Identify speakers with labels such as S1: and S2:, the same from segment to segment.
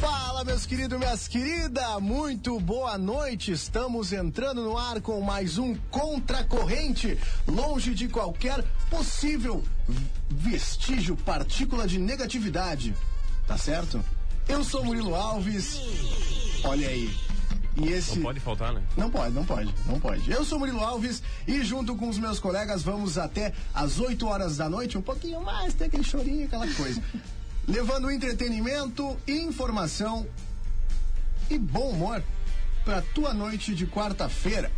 S1: Fala, meus queridos, minhas queridas, muito boa noite. Estamos entrando no ar com mais um Contra a Corrente, longe de qualquer possível vestígio, partícula de negatividade. Tá certo? Eu sou Murilo Alves. Olha aí. E esse
S2: Não pode faltar, né?
S1: não pode, não pode, não pode. Eu sou Murilo Alves e junto com os meus colegas vamos até às 8 horas da noite, um pouquinho mais, tem aquele chorinho, aquela coisa. Levando entretenimento, informação e bom humor para tua noite de quarta-feira.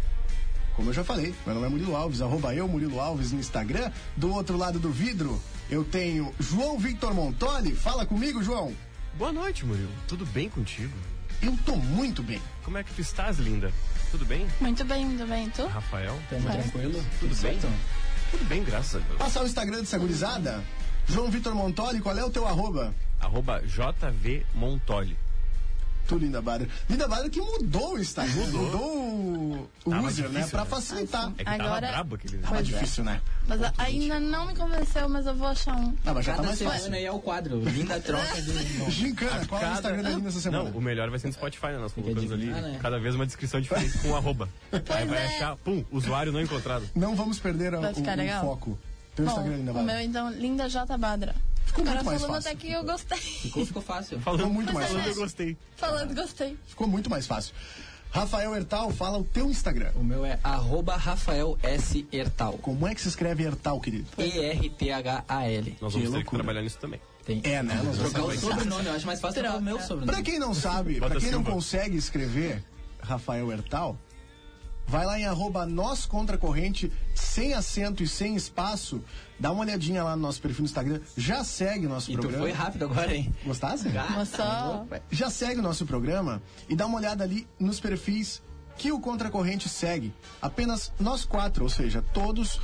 S1: Como eu já falei, meu nome é Murilo Alves, arroba eu, Murilo Alves, no Instagram. Do outro lado do vidro, eu tenho João Victor Montoli. Fala comigo, João.
S2: Boa noite, Murilo. Tudo bem contigo?
S1: Eu tô muito bem.
S2: Como é que tu estás, linda? Tudo bem?
S3: Muito bem, muito bem. Tu?
S1: Ah,
S3: É.
S2: Rafael?
S1: Tá
S4: Tamo tranquilo?
S2: Tudo bem?
S4: certo?
S2: Tudo bem, graças a Deus.
S1: Passar o Instagram dessa gurizada? João Vitor Montoli, qual é o teu arroba?
S2: Arroba JV Montoli.
S1: Tu, Linda Bader. Linda Bader que mudou o Instagram, mudou, o, o
S2: Tava
S1: user, né?
S2: difícil,
S1: Pra
S2: né?
S1: facilitar.
S2: É que tava
S3: Agora-
S2: brabo aquele...
S1: Tava difícil, né?
S3: Mas a- ainda não me convenceu, mas eu vou achar um.
S1: Ah, mas já tá
S4: Cada
S1: mais fácil.
S4: semana
S3: né?
S4: aí é o quadro. Linda troca de nome.
S1: Gincana, qual é o
S2: Cada-
S1: Instagram da Linda essa semana?
S2: Não, o melhor vai ser no Spotify, né? Nós colocamos ali
S4: adivinhar, né?
S2: cada vez uma descrição diferente com um arroba. Aí vai
S3: é.
S2: achar, pum, usuário não encontrado.
S1: Não vamos perder a-
S3: Vai
S1: o,
S3: ficar
S1: o
S3: legal?
S1: foco. Teu
S3: Bom,
S1: Instagram, Linda
S3: o meu
S1: Bader.
S3: então, Linda J Badra.
S1: né, Ficou muito
S3: Agora
S1: mais
S3: falando
S1: fácil.
S3: até que eu gostei.
S4: Ficou, ficou fácil.
S2: Falando
S1: muito
S3: mais
S2: falando,
S3: fácil.
S2: eu gostei.
S1: É.
S3: falando, gostei.
S1: Ficou muito mais fácil. Rafael Hertal, fala o teu Instagram.
S4: O meu é arroba Rafael S. Ertal.
S1: Como é que se escreve Hertal, querido?
S4: E-R-T-H-A-L.
S2: Nós
S1: Que
S2: vamos ter que
S1: loucura.
S2: trabalhar nisso também.
S4: Tem.
S1: É, né? Nós vamos
S4: Trocar o
S1: saber.
S4: sobrenome, eu acho mais fácil trocar o meu
S1: Pra
S4: sobrenome.
S1: quem não sabe,
S2: Bota
S1: pra quem não
S2: Silva.
S1: consegue escrever Rafael Hertal, vai lá em arroba nós contra a corrente, sem acento e sem espaço, dá uma olhadinha lá no nosso perfil no Instagram, já segue o nosso
S4: E tu
S1: programa.
S4: foi rápido agora, hein? tá
S1: Gostasse?
S3: Mas só.
S1: Já segue o nosso programa e dá uma olhada ali nos perfis que o Contra a Corrente segue. Apenas nós quatro, ou seja, todos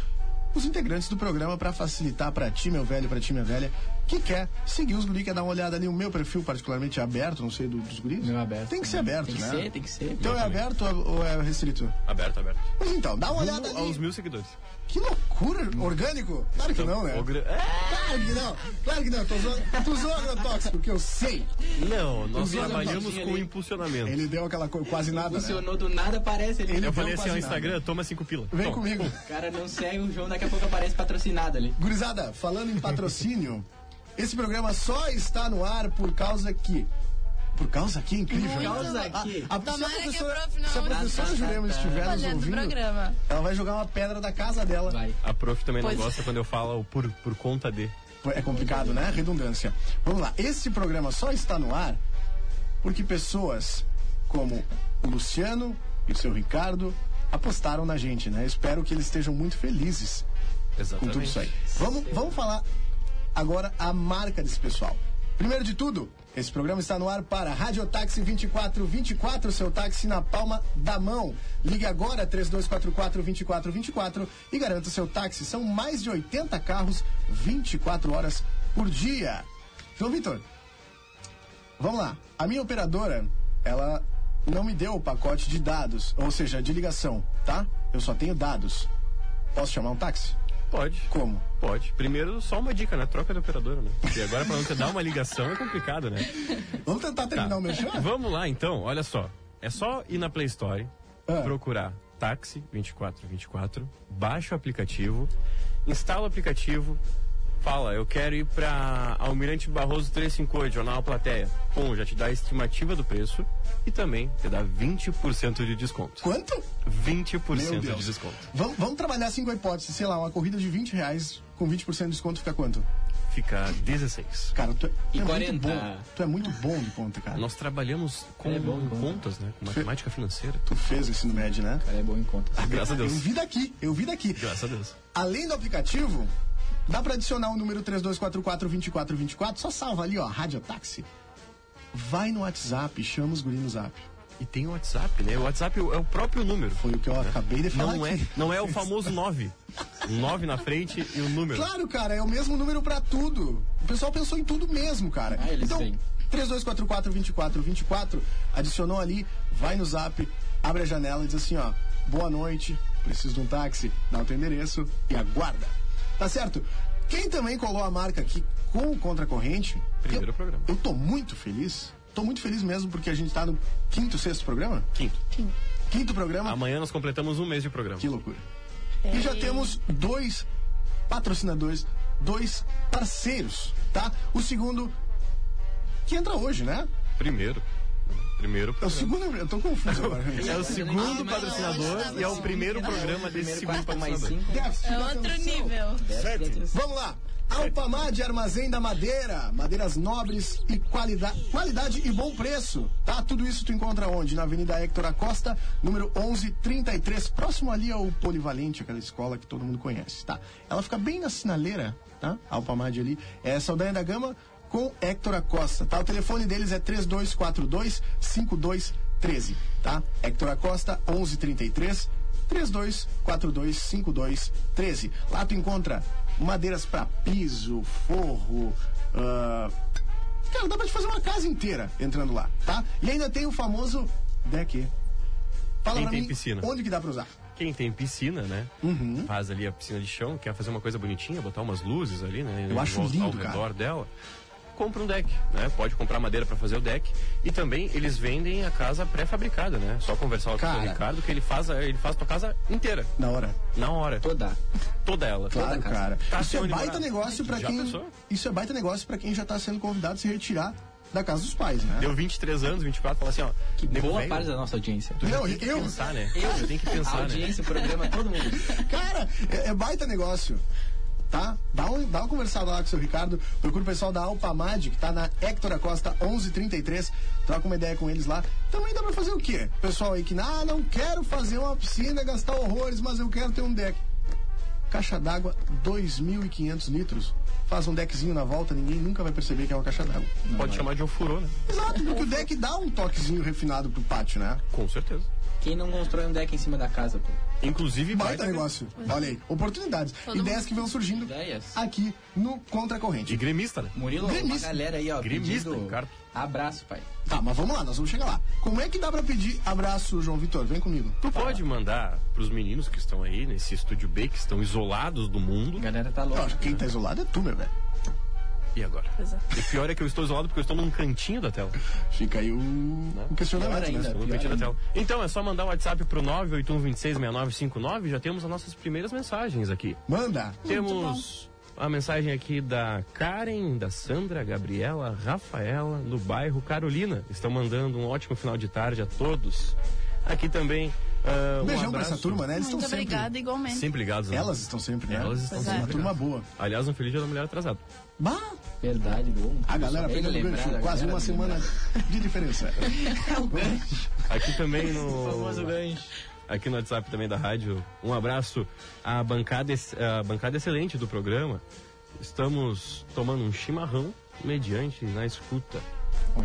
S1: os integrantes do programa para facilitar para ti, meu velho, para ti, minha velha, que quer seguir os guri, quer dar uma olhada ali. O meu perfil particularmente é aberto, não sei do- dos guris.
S4: Meu é aberto.
S1: Tem que ser aberto,
S4: Tem que
S1: né?
S4: ser, tem que ser.
S1: Então é aberto ou é restrito?
S2: Aberto, aberto.
S1: Mas então, dá uma olhada
S2: Rumo aos
S1: ali.
S2: mil seguidores.
S1: Que loucura! Orgânico? Claro que não, né?
S2: O gra- É,
S1: Claro que não! Claro que não! Tô zoando, tô zoando agrotóxico, que eu sei!
S2: Não, nós
S4: Inclusive,
S2: trabalhamos
S4: ali-
S2: com impulsionamento.
S1: Ele deu aquela co- quase nada. Né?
S4: Funcionou do nada, aparece ele.
S1: Ele-
S2: Eu
S1: não
S2: falei assim,
S1: quase
S2: ó,
S1: nada.
S2: Instagram, toma cinco pila.
S1: Vem
S2: Toma.
S1: comigo.
S4: O cara não segue o João, daqui a pouco aparece patrocinado ali.
S1: Gurizada, falando em patrocínio, esse programa só está no ar por causa que. Por causa que incrível. Ah,
S3: Por
S4: causa
S1: A-
S4: que.
S1: a- se a
S3: Tomara que
S1: professora,
S3: a prof não-
S1: se a professora Jurema estiver Tá nos
S3: Olhando o
S1: ouvindo,
S3: programa. É
S1: ela vai jogar uma pedra da casa dela.
S4: Vai.
S2: A prof também
S3: Pois é.
S2: não gosta quando eu falo por, por conta de.
S1: É complicado, né? Redundância. Vamos lá. Esse programa só está no ar porque pessoas como o Luciano e o seu Ricardo apostaram na gente, né? Espero que eles estejam muito felizes com
S2: Exatamente.
S1: tudo isso aí. Vamos, vamos falar agora a marca desse pessoal. Primeiro de tudo, esse programa está no ar para Rádio Táxi 2424, seu táxi na palma da mão. Ligue agora 3244-2424 e garanta seu táxi. São mais de 80 carros 24 horas por dia. João Vitor, vamos lá. A minha operadora, ela não me deu o pacote de dados, ou seja, de ligação, tá? Eu só tenho dados. Posso chamar um táxi?
S2: Pode.
S1: Como?
S2: Pode. Primeiro, só uma dica, né? Troca de operadora, né? Porque agora pra você dar uma ligação é complicado, né?
S1: Vamos tentar terminar o merchan?
S2: Vamos lá, então. Olha só. É só ir na Play Store,
S1: Ah.
S2: procurar táxi 2424, baixa o aplicativo, instala o aplicativo, fala, eu quero ir pra Almirante Barroso 358, Jornal Plateia. Bom, já te dá a estimativa do preço e também te dá 20% de desconto.
S1: Quanto?
S2: 20% de desconto.
S1: Vamos, vamos trabalhar cinco hipóteses. Sei lá, uma corrida de 20 reais com 20% de desconto fica quanto?
S2: Fica 16.
S1: Cara, tu é, tu
S4: E
S1: é
S4: 40.
S1: muito bom. Tu é muito bom de conta, cara.
S2: Nós trabalhamos com
S4: É bom, bom.
S2: contas, né? Com matemática financeira.
S1: Tu fez o ensino médio, né?
S4: Cara, é bom encontro.
S2: Graças a
S1: Eu
S2: Deus.
S1: vi daqui, eu vi daqui.
S2: Graças a Deus.
S1: Além do aplicativo, dá pra adicionar o número 3244-2424, só salva ali, ó, Rádio Táxi. Vai no WhatsApp, chama os guri no zap.
S2: E tem o WhatsApp, né? O WhatsApp é o é o próprio número.
S1: Foi o que eu acabei de falar.
S2: Não é,
S1: aqui.
S2: não é o famoso 9. 9 na frente e o número.
S1: Claro, cara, é o mesmo número pra tudo. O pessoal pensou em tudo mesmo, cara.
S4: Ah, eles
S1: então,
S4: têm.
S1: 3244-2424, adicionou um ali, vai no zap, abre a janela e diz assim, ó, boa noite, preciso de um táxi, dá o teu endereço e aguarda. Tá certo? Quem também colou a marca aqui com o Contra Corrente...
S2: Primeiro
S1: eu,
S2: programa.
S1: Eu tô muito feliz, tô muito feliz mesmo porque a gente tá no quinto, sexto programa?
S2: Quinto.
S1: Quinto programa,
S2: Amanhã nós completamos um mês de programa.
S1: que loucura. E já temos dois patrocinadores, dois parceiros, tá? O segundo que entra hoje, né?
S2: Primeiro. Primeiro
S1: É o
S2: programa.
S1: segundo, eu tô confuso agora.
S2: Uhum. É o segundo
S4: Ah, mas
S3: hoje
S2: patrocinador
S3: tá
S2: e é o
S3: bom.
S2: primeiro programa desse
S4: Primeiro,
S2: segundo
S4: quarto, mais
S2: patrocinador.
S4: cinco.
S1: Déficit de
S3: É outro
S1: atenção.
S3: nível.
S4: Déficit de atenção.
S1: Vamos lá. Alpamad Armazém da Madeira, madeiras nobres e qualidade, qualidade e bom preço. Tá, tudo isso tu encontra onde? Na Avenida Héctor Acosta, número 1133, próximo ali ao Polivalente, aquela escola que todo mundo conhece, tá? Ela fica bem na sinaleira, tá? Alpamad ali, é Saldanha da Gama com Héctor Acosta, tá? O telefone deles é 3242 5213, tá? Héctor Acosta 1133 32425213. Lá tu encontra madeiras pra piso, forro. ah, Cara, dá pra te fazer uma casa inteira entrando lá, tá? E ainda tem o famoso deck. Fala
S2: Quem
S1: pra
S2: tem
S1: mim
S2: piscina?
S1: onde que dá pra usar.
S2: Quem tem piscina, né?
S1: Uhum.
S2: Faz ali a piscina de chão, quer fazer uma coisa bonitinha, botar umas luzes ali, né?
S1: Eu acho
S2: ao, ao
S1: lindo, cara.
S2: redor dela. Compra um deck, né? Pode comprar madeira pra fazer o deck. E também eles vendem a casa pré-fabricada, né? Só conversar lá com
S1: Cara.
S2: o Ricardo que ele faz, a- ele faz tua casa inteira,
S1: Na hora.
S2: na hora,
S4: Toda.
S2: toda ela.
S1: Claro,
S4: casa.
S1: cara.
S2: Tá
S1: isso é
S2: sem
S1: baita
S2: olhar.
S1: negócio pra
S2: Já
S1: quem.
S2: pensou?
S1: Isso é baita negócio para quem já tá sendo convidado a se retirar da casa dos pais, né?
S2: Deu 23 anos, 24, fala assim, ó.
S4: Que
S2: nego
S4: boa
S2: velho,
S4: parte da nossa audiência.
S2: tu já
S1: Não,
S2: tem que
S1: eu-
S2: pensar, né? Eu, já tenho que
S4: A
S2: pensar, né?
S4: audiência, o programa, todo mundo.
S1: Cara, é, é baita negócio. Tá? Dá, um, dá uma conversada lá com o seu Ricardo. Procura o pessoal da Alpamad, que tá na Héctor Acosta 1133. Troca uma ideia com eles lá. Também dá pra fazer o quê? Pessoal aí que, ah, não quero fazer uma piscina, gastar horrores, mas eu quero ter um deck. Caixa d'água 2.500 litros. Faz um deckzinho na volta, ninguém nunca vai perceber que é uma caixa d'água.
S2: Pode chamar de um furô, né?
S1: Exato, porque o deck dá um toquezinho refinado pro pátio, né?
S2: Com certeza.
S4: Quem não constrói um deck em cima da casa, pô?
S2: Inclusive,
S1: Baita negócio. Olha aí, oportunidades.
S3: Todo
S1: Ideias
S3: mundo-
S1: que vão surgindo
S4: Ideias.
S1: aqui no Contra a Corrente.
S2: De gremista, né?
S4: Murilo, uma
S1: Gremista.
S4: galera aí, ó.
S2: Gremista,
S4: pedindo
S2: Ricardo.
S4: Abraço, pai.
S1: Tá, mas vamos lá, nós vamos chegar lá. Como é que dá pra pedir abraço, João Vitor? Vem comigo.
S2: Tu pode mandar pros meninos que estão aí nesse estúdio B, que estão isolados do mundo.
S4: A galera tá louca.
S1: Não, quem tá isolado é tu, meu velho.
S2: E agora?
S3: Pois é.
S2: E pior é que eu estou isolado porque eu estou num cantinho da tela.
S1: Fica aí o, o questionamento,
S4: Pior
S1: né?
S4: ainda.
S2: Estou num
S4: pior
S2: cantinho da
S4: ainda.
S2: tela. Então é só mandar o WhatsApp pro 981266959, já temos as nossas primeiras mensagens aqui.
S1: Manda!
S2: Temos a mensagem aqui da Karen, da Sandra, Gabriela, Rafaela, do bairro Carolina. Estão mandando um ótimo final de tarde a todos. Aqui também. ah, um
S1: Um beijão pra
S2: abraço.
S1: essa turma, né? Eles
S3: Muito
S1: estão sempre.
S3: obrigada, igualmente.
S2: Sempre ligados, né?
S1: Elas estão sempre, né?
S2: Elas estão
S3: Pois é.
S1: Uma
S2: sempre.
S1: turma
S2: ligadas.
S1: boa.
S2: Aliás, um feliz dia da mulher atrasado.
S1: Bah!
S4: Verdade, bom.
S1: A galera
S4: Bem
S1: pega no
S4: lembrado,
S1: gancho.
S4: a
S1: Quase
S4: galera
S1: uma
S4: bem
S1: semana
S4: lembrada.
S1: de diferença.
S3: É
S2: Aqui também no.
S4: O famoso gancho.
S2: aqui no WhatsApp também da rádio. Um abraço à bancada, ex- à bancada excelente do programa. Estamos tomando um chimarrão mediante na escuta.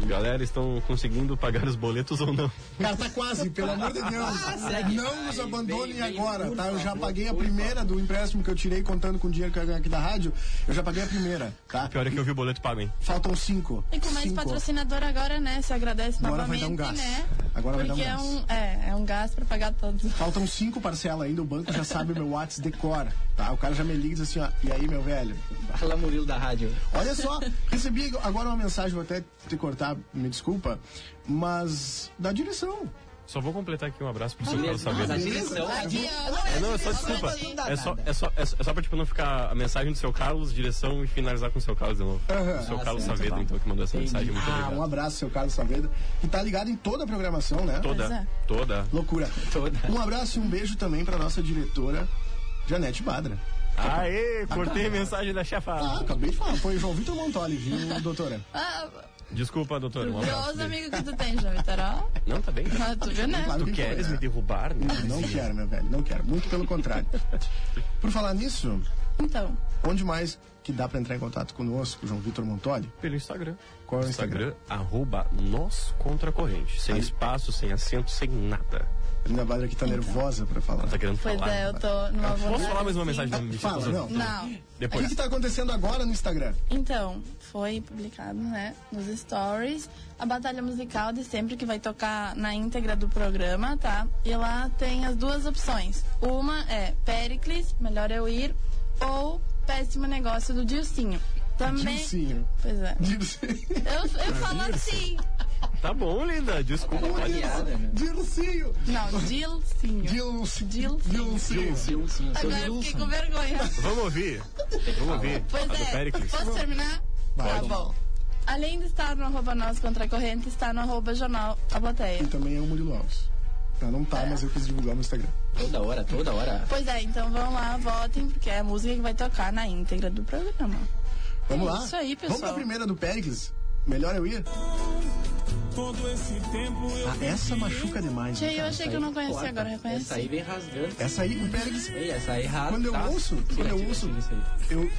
S2: Galera, estão conseguindo pagar os boletos ou não?
S1: Cara, tá quase, pelo amor de Deus.
S4: Ah, segue.
S1: Não nos
S4: Ai,
S1: abandonem
S4: vem, vem,
S1: agora,
S4: por
S1: tá? Eu já
S4: favor,
S1: paguei a
S4: por
S1: primeira do empréstimo que eu tirei contando com o dinheiro que eu ganhei aqui da rádio. Eu já paguei a primeira, tá?
S2: Pior é que eu vi o boleto pago, hein?
S1: Faltam cinco.
S3: E com mais
S1: Cinco.
S3: patrocinador agora, né? Se agradece
S1: Agora vai
S3: novamente,
S1: dar um gás.
S3: né?
S1: Agora vai dar um
S3: Porque
S1: gás.
S3: é um, é, é um gás pra pagar todos.
S1: Faltam cinco parcelas ainda, o banco já sabe o meu WhatsApp decor, tá? O cara já me liga e diz assim, ó, e aí, meu velho?
S4: Fala, Murilo da rádio.
S1: Olha só, recebi agora uma mensagem, vou até te cortar, me desculpa, mas da direção.
S2: Só vou completar aqui um abraço pro seu Carlos
S4: Mas a
S2: Saavedra.
S4: direção. né?
S3: Aqui,
S2: É,
S3: ó.
S2: não, é só desculpa. É só, é, só, é só é só pra tipo, não ficar a mensagem do seu Carlos, direção e finalizar com o seu Carlos de novo.
S1: Aham.
S2: O seu
S4: Ah,
S2: Carlos
S4: certo,
S2: Saavedra,
S4: tá.
S2: então, que mandou essa
S4: Entendi.
S2: mensagem. Muito
S1: Ah, um
S2: obrigado.
S1: abraço, seu Carlos Saavedra, que tá ligado em toda a programação, né?
S3: Pois
S2: Toda,
S3: é.
S2: toda.
S1: Loucura.
S4: Toda.
S1: Um abraço e um beijo também pra nossa diretora, Janete Badra.
S4: é.
S2: Aê, cortei a mensagem da chefa.
S1: Ah, acabei de falar, foi o João Vitor Montoli, viu, doutora?
S3: Ah,
S2: Desculpa, doutor. Um
S3: Viu
S2: abraço.
S3: os amigos que tu tem, João Vitoró?
S2: Não, tá bem.
S3: Ah, tu viu, né?
S1: Claro.
S2: Tu queres me derrubar? né?
S1: Não quero, meu velho, não quero. Muito pelo contrário. Por falar nisso,
S3: Então,
S1: Onde mais que dá pra entrar em contato conosco, João Vitor Montoli?
S2: Pelo Instagram.
S1: Qual é o
S2: Instagram? arroba nós contra a corrente. Sem
S1: Aí.
S2: espaço, sem acento, sem nada.
S1: Linda Badra aqui tá nervosa pra falar.
S2: Tá querendo
S3: pois
S2: falar?
S3: é, eu tô numa
S2: Posso
S3: vontade,
S2: falar mais uma
S3: assim.
S2: mensagem?
S1: Ah,
S2: Mentira,
S1: fala,
S2: tô zoando.
S1: não.
S3: Não.
S1: O que,
S2: Depois.
S1: que tá acontecendo agora no Instagram?
S3: Então, foi publicado, né, nos stories, a batalha musical de sempre que vai tocar na íntegra do programa, tá? E lá tem as duas opções. Uma é Pericles, melhor eu ir, ou Péssimo Negócio do Dilcinho. Também.
S1: Dilcinho.
S3: Pois é.
S1: Dilcinho.
S3: Eu, eu falo assim.
S2: Tá bom, linda. Desculpa.
S4: Uma
S2: pode-
S4: piada, né?
S1: Dilcinho.
S3: Não, Dilcinho.
S1: Dilcinho.
S3: Dilcinho.
S1: Dilcinho.
S4: Sim, sim, sim.
S3: Agora eu fiquei com vergonha.
S2: Vamos ouvir. Vamos ouvir.
S3: Pois
S2: a do
S3: é,
S2: Pericles.
S3: posso terminar? Tá bom. Além de estar no arroba nós contra a corrente, está no arroba jornal a plateia.
S1: E também é o Murilo Alves. Não, não tá, mas eu quis divulgar no Instagram.
S4: Toda hora, toda hora.
S3: Pois é, então vão lá, votem, porque é a música que vai tocar na íntegra do programa.
S1: Vamos
S3: É
S1: lá?
S3: isso aí,
S1: Vamos pra
S3: pessoal.
S1: primeira do Pericles? Melhor eu ir?
S5: Todo esse tempo eu
S1: Ah, essa machuca demais. né,
S3: Tia, eu
S1: cara?
S3: achei É que eu não conheci,
S4: Corta.
S3: agora
S4: Essa
S3: reconheci.
S4: aí vem rasgando.
S1: Essa aí, o Pericles,
S4: Ei, essa aí rasga.
S1: Quando eu ouço,
S4: Tira,
S1: quando eu
S4: tira,
S1: ouço-
S4: tira isso aí.
S1: eu, eu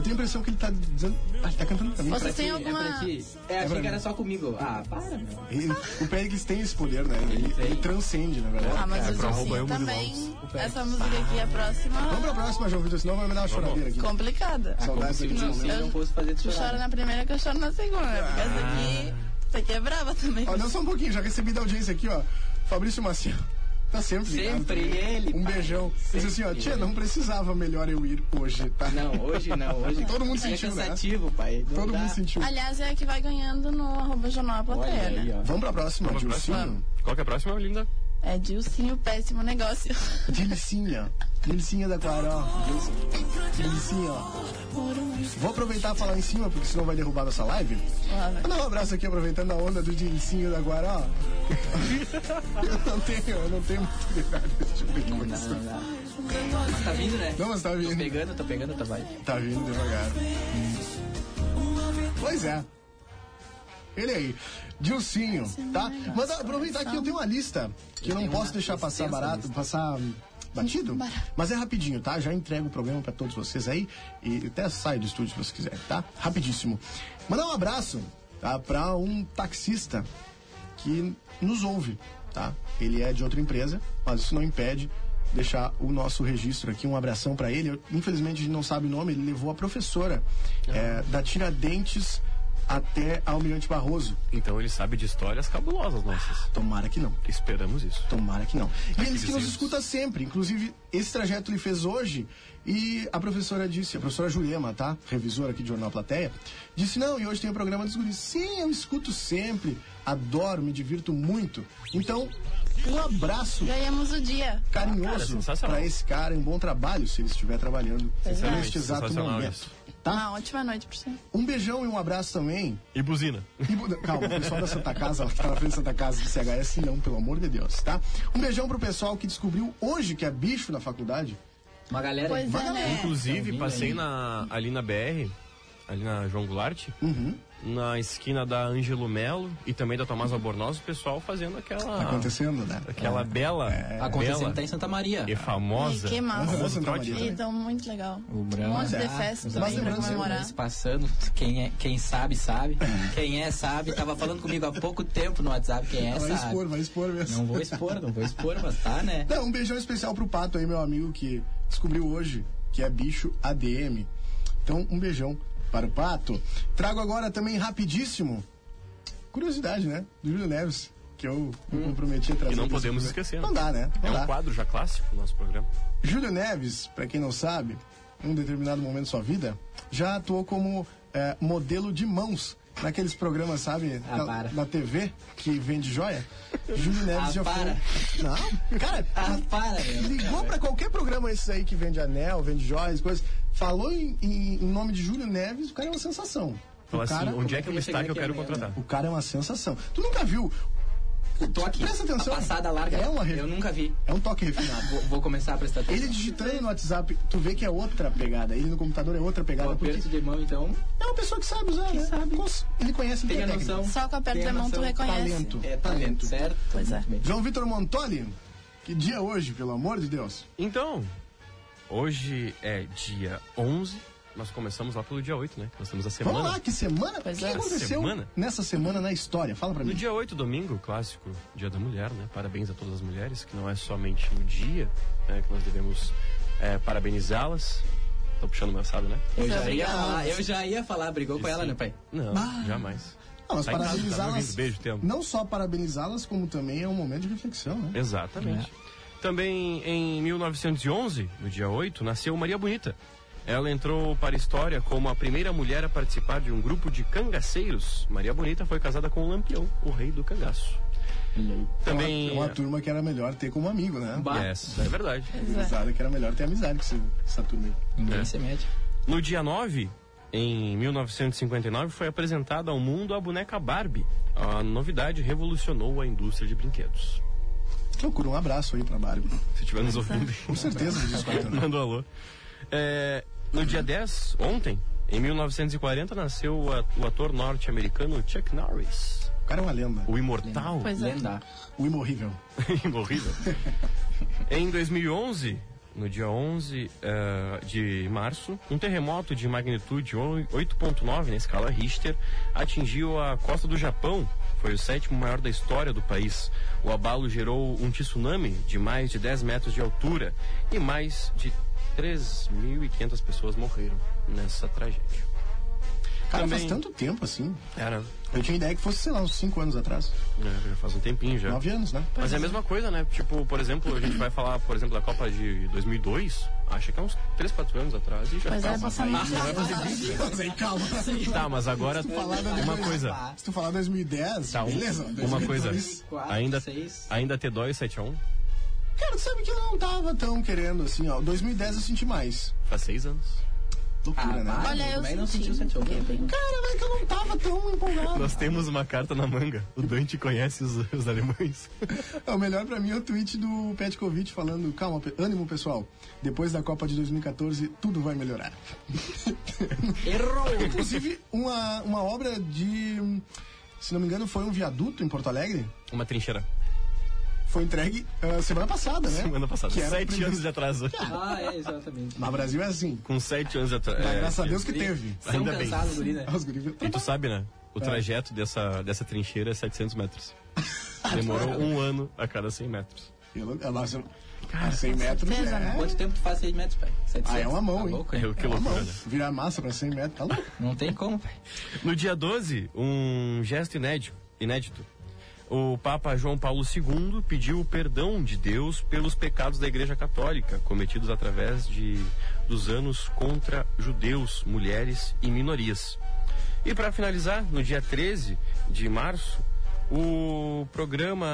S1: tenho a impressão que ele tá dizendo. Ah, ele tá cantando pra mim.
S3: Você-
S4: Pra
S3: tem
S4: ti,
S3: alguma-
S4: É, pra ti. é
S1: pra
S4: achei
S1: mim.
S4: que era só comigo. Ah, para, meu.
S1: Ele- o Pericles tem esse poder, né? Ele,
S4: Ele tem.
S1: ele transcende, na verdade.
S3: Ah, mas
S2: É,
S3: o
S2: pra arroba eu,
S3: Dilcinho
S2: Murilo
S3: também.
S2: Alves.
S3: Essa música aqui é a
S1: Vamos pra
S3: próxima.
S1: próxima, João Vitor, senão vai me dar uma choradeira aqui.
S3: Complicada.
S1: Saudades
S4: Se
S1: do
S4: não, se
S1: Dilcinho.
S4: eu não fosse fazer tu
S3: Tu
S4: chorar.
S3: chora
S4: né?
S3: na primeira que eu choro na segunda, porque essa aqui. Essa aqui é brava também.
S1: Ó, não só um pouquinho, já recebi da audiência aqui, ó. Fabrício Maciel. Tá sempre ligado.
S4: Sempre
S1: também.
S4: ele,
S1: Um
S4: pai.
S1: beijão. Diz assim, ó,
S4: Sempre
S1: tia,
S4: ele.
S1: não precisava melhor eu ir hoje, tá?
S4: Não, hoje não. Hoje
S1: Todo mundo
S4: é
S1: sentiu, né?
S4: cansativo, pai. Não
S1: Todo
S4: dá.
S1: mundo sentiu.
S3: Aliás, é a que vai ganhando no arroba jornal a
S4: Olha
S3: plateia,
S4: aí,
S3: né?
S4: ó.
S1: Vamos pra próxima,
S2: Vamos pra
S1: Dilcinho.
S2: é Qual que é a próxima, linda?
S3: É Dilcinho, péssimo negócio.
S1: Tá? Dilicinha. Dilicinha da Clara, ó. Dilicinha, ó. Vou aproveitar e falar em cima, porque senão vai derrubar nossa live. Mandar um abraço aqui, aproveitando a onda do Dilicinho da Guará. ó. Eu não tenho, eu não tenho maturidade desse tipo de
S4: Não,
S1: coisa.
S4: dá, não dá. Mas tá vindo, né?
S1: Não, mas tá
S4: Tô
S1: vindo.
S4: pegando, tô pegando, tá vai.
S1: Tá vindo devagar. Pois é. Ele aí, Dilcinho, tá? Manda aproveitar que eu tenho uma lista que eu não posso deixar passar barato, passar hum, batido, mas é rapidinho, tá? Já entrego o programa pra todos vocês aí e até saio do estúdio se vocês quiserem, tá? Rapidíssimo. Mandar um abraço, tá? Pra um taxista que nos ouve, tá? Ele é de outra empresa, mas isso não impede deixar o nosso registro aqui, um abração pra ele. Eu, infelizmente a gente não sabe o nome, ele levou a professora eh, da Tiradentes até Almirante Barroso.
S2: Então ele sabe de histórias cabulosas nossas.
S1: Tomara que não.
S2: Esperamos isso.
S1: Tomara que não. E ele disse que nos
S2: dizemos.
S1: escuta sempre. Inclusive, esse trajeto ele fez hoje e a professora disse, a professora Jurema, tá? Revisora aqui de Jornal Plateia, disse, não, e hoje tem o programa dos guris. Sim, eu escuto sempre, adoro, me divirto muito. Então, um abraço
S3: Ganhamos o dia.
S2: Cara,
S1: carinhoso pra
S2: sensacional.
S1: para esse cara, um bom trabalho, se ele estiver trabalhando
S2: Sinceramente,
S1: neste exato
S2: sensacional
S1: momento.
S2: isso.
S1: Tá?
S3: Uma ótima noite pra você.
S1: Um beijão e um abraço também
S2: E buzina.
S1: e bu- Calma, o pessoal da Santa Casa, que tá na frente da Santa Casa do CHS, não, pelo amor de Deus, tá? Um beijão pro pessoal que descobriu hoje que é bicho na faculdade.
S4: Uma galera.
S3: Pois
S4: Vai,
S3: é, né?
S4: Tão
S2: Inclusive,
S4: vindo
S2: passei
S4: Tá aí. Uhum.
S2: na, ali na BR, ali na João Goulart, na esquina da Ângelo Melo e também da Tomás Albornoz, o pessoal fazendo
S1: Tá
S2: aquela.
S1: acontecendo, né?
S2: Aquela bela,
S4: É. Acontecendo
S2: bela
S4: tá em Santa Maria.
S2: e famosa.
S3: Ih, que massa.
S1: Vamos Santa
S2: trote,
S1: Maria.
S2: né?
S3: Então, muito legal.
S4: O
S3: Um
S4: Brahma.
S3: monte de
S1: Ah,
S3: festa
S4: os
S3: também pra
S1: amigos
S3: comemorar.
S4: Mas passando, quem, é, quem sabe, sabe. Quem é, sabe. Tava falando comigo há pouco tempo no WhatsApp. Quem
S1: vai
S4: é, sabe.
S1: expor, vai expor mesmo.
S4: Não vou expor, não vou expor, mas tá, né?
S1: Não, um beijão especial pro Pato aí, meu amigo, que descobriu hoje que é bicho ADM. Então, um beijão para o Pato. Trago agora também rapidíssimo. Curiosidade, né? Do Júlio Neves, que eu me comprometi a trazer.
S2: E não
S1: pra esse
S2: podemos
S1: programa.
S2: esquecer, né?
S1: Não dá, né? Não
S2: É
S4: Tá.
S1: dá.
S2: um quadro já clássico do nosso programa.
S1: Júlio Neves, para quem não sabe, em um determinado momento de sua vida, já atuou como eh, modelo de mãos. Naqueles programas, sabe,
S4: Ah,
S1: da-
S4: para.
S1: da TV, que vende joia. Júlio Neves
S4: Ah,
S1: já
S4: para.
S1: foi. Não, cara,
S4: Ah, para, meu.
S1: ligou pra qualquer programa esses aí que vende anel, vende joias, coisas. Falou em, em- em nome de Júlio Neves, o cara é uma sensação.
S2: Falar
S1: o,
S2: assim,
S1: cara,
S2: onde é que
S4: eu
S2: ele
S4: vou
S2: está
S4: chegar
S2: que eu
S4: aqui
S2: quero
S4: amanhã,
S2: contratar?
S1: o cara é uma sensação. Tu nunca viu?
S4: O toque.
S1: Presta atenção.
S4: A passada larga.
S1: É uma re-
S4: Eu nunca vi.
S1: É um toque refinado.
S4: Ah, Vou, vou começar a prestar atenção.
S1: Ele digitando no WhatsApp, tu vê que é outra pegada. Ele no computador é outra
S4: O
S1: pegada. Porque
S4: aperto de mão, então,
S1: É uma pessoa que sabe usar, né? Cons- Ele conhece, ele
S4: tem
S1: tem
S4: a
S1: técnica.
S4: noção.
S3: Só com a perto
S4: Tem
S3: da mão tu
S4: noção.
S3: reconhece.
S1: Talento.
S4: É talento, certo?
S3: Pois é.
S4: Muito bem.
S1: é João Vitor Montoli, que dia hoje, pelo amor de Deus.
S2: Então, Hoje é dia 11, nós começamos lá pelo dia 8, né? Nós temos a semana.
S1: Vamos lá, que semana? O
S3: Pois
S1: que
S3: é.
S1: aconteceu
S2: Semana?
S1: nessa semana na história? Fala pra
S2: No
S1: mim.
S2: dia 8, domingo, clássico, dia da mulher, né? Parabéns a todas as mulheres, que não é somente o dia né, que nós devemos é, parabenizá-las. Tô puxando meu sábio, né?
S4: Eu
S3: é.
S4: já ia
S3: Obrigado.
S4: falar, eu já ia falar, brigou com ela, né, pai?
S2: Não, jamais.
S1: Não, mas
S2: Tá em casa, tá me ouvindo.
S1: parabenizá-las.
S2: Beijo, te amo.
S1: Não só parabenizá-las, como também é um momento de reflexão, né?
S2: Exatamente.
S1: É.
S2: Também em 1911, no dia 8, nasceu Maria Bonita. Ela entrou para a história como a primeira mulher a participar de um grupo de cangaceiros. Maria Bonita foi casada com o Lampião, o rei do cangaço. Também.
S1: É Uma, uma turma que era melhor ter como amigo, né?
S4: Bah,
S2: Yes, é verdade.
S1: Amizade que era melhor ter amizade com esse- com essa turma aí.
S4: Ninguém se mete.
S2: No dia 9, em 1959, foi apresentada ao mundo a boneca Barbie. A novidade revolucionou a indústria de brinquedos.
S1: Procura um abraço aí pra Barbie.
S2: Se estiver nos ouvindo,
S1: Com certeza disso, Caetano.
S2: manda um alô. É, no dia 10, ontem, em 1940, nasceu o a- o ator norte-americano Chuck Norris,
S1: O cara é uma lenda.
S2: o imortal,
S3: Pois é.
S4: Lenda.
S1: O imorrível.
S2: imorrível. em 2011, no dia 11 eh, de março, um terremoto de magnitude oi- 8.9 na escala Richter atingiu a costa do Japão. Foi o sétimo maior da história do país. O abalo gerou um tsunami de mais de 10 metros de altura e mais de 3.500 pessoas morreram nessa tragédia.
S1: Cara,
S2: Também-
S1: faz tanto tempo assim.
S2: Era,
S1: Eu tinha ideia que fosse, sei lá, uns 5 anos atrás.
S2: né, já faz um tempinho já.
S1: 9 anos, né?
S2: Mas é a mesma coisa, né? Tipo, por exemplo, a gente vai falar, por exemplo, da Copa de 2002, acha que é uns 3, 4 anos atrás e já
S3: Pois
S2: tá
S3: é,
S2: uma-
S3: passando
S1: Mas aí, calma.
S2: Tá, mas agora
S1: Falar da
S2: uma coisa.
S1: Se tu falar 2010,
S2: Tá, um-
S1: beleza.
S2: uma
S1: 2002.
S2: coisa.
S4: Quatro,
S2: Ainda,
S4: seis.
S2: ainda ter dó e 7 a 1
S1: Cara, tu sabe que eu não tava tão querendo, assim, ó. 2010 eu senti mais.
S2: faz 6 anos.
S1: Loucura, né?
S4: Ah, vai.
S3: Olha, eu
S4: Mas não
S3: senti.
S4: sentiu né? sete anos, não tem.
S1: Cara, mas que eu não tava tão empolgado.
S2: Nós temos uma carta na manga. O Dante conhece os, os alemães.
S1: O melhor pra mim é o tweet do Petkovic falando, calma, pe- ânimo pessoal, depois da Copa de 2014 tudo vai melhorar.
S4: Errou!
S1: Inclusive, uma, uma obra de, se não me engano, foi um viaduto em Porto Alegre,
S2: Uma trincheira.
S1: foi entregue ah, semana passada, né?
S2: Semana passada.
S1: Que era
S2: 7
S1: previsto-
S2: anos de atraso.
S4: Ah, é, exatamente.
S1: Mas o Brasil é assim,
S2: Com 7 anos de atraso.
S1: mas graças a Deus que tá. teve.
S4: São
S2: Ainda bem.
S4: cansados, guri, né?
S1: Os guri-
S2: E tu sabe, né? O
S1: É.
S2: trajeto dessa, dessa trincheira é 700 metros. Demorou um ano a cada 100 metros.
S1: Pelo- Nossa, a 100 metros
S3: certeza,
S1: é...
S4: Quanto tempo tu faz 6 metros, pai? 700.
S1: Ah, é uma mão,
S4: tá
S1: hein?
S4: Louco,
S2: Eu, que
S1: é uma
S2: loucura,
S1: mão.
S2: né?
S1: Virar massa pra 100 metros, tá louco?
S4: Não tem como, pai.
S2: No dia 12, um gesto inédito, inédito. O Papa João Paulo II pediu o perdão de Deus pelos pecados da Igreja Católica, cometidos através de, dos anos contra judeus, mulheres e minorias. E para finalizar, no dia 13 de março, o programa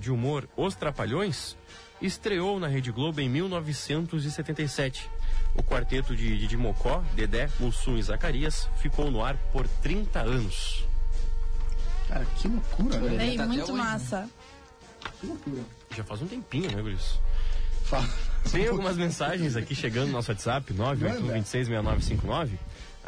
S2: de humor Os Trapalhões estreou na Rede Globo em 1977. O quarteto de Didi Mocó, Dedé, Mussum e Zacarias ficou no ar por 30 anos.
S1: Cara, que loucura, né?
S3: Ei,
S4: Tá
S3: é
S4: até
S3: muito
S4: hoje,
S3: massa.
S1: Que loucura.
S2: Já faz um tempinho, né, Guris?
S1: Fala.
S2: Tem algumas mensagens aqui chegando no nosso WhatsApp, 981266959.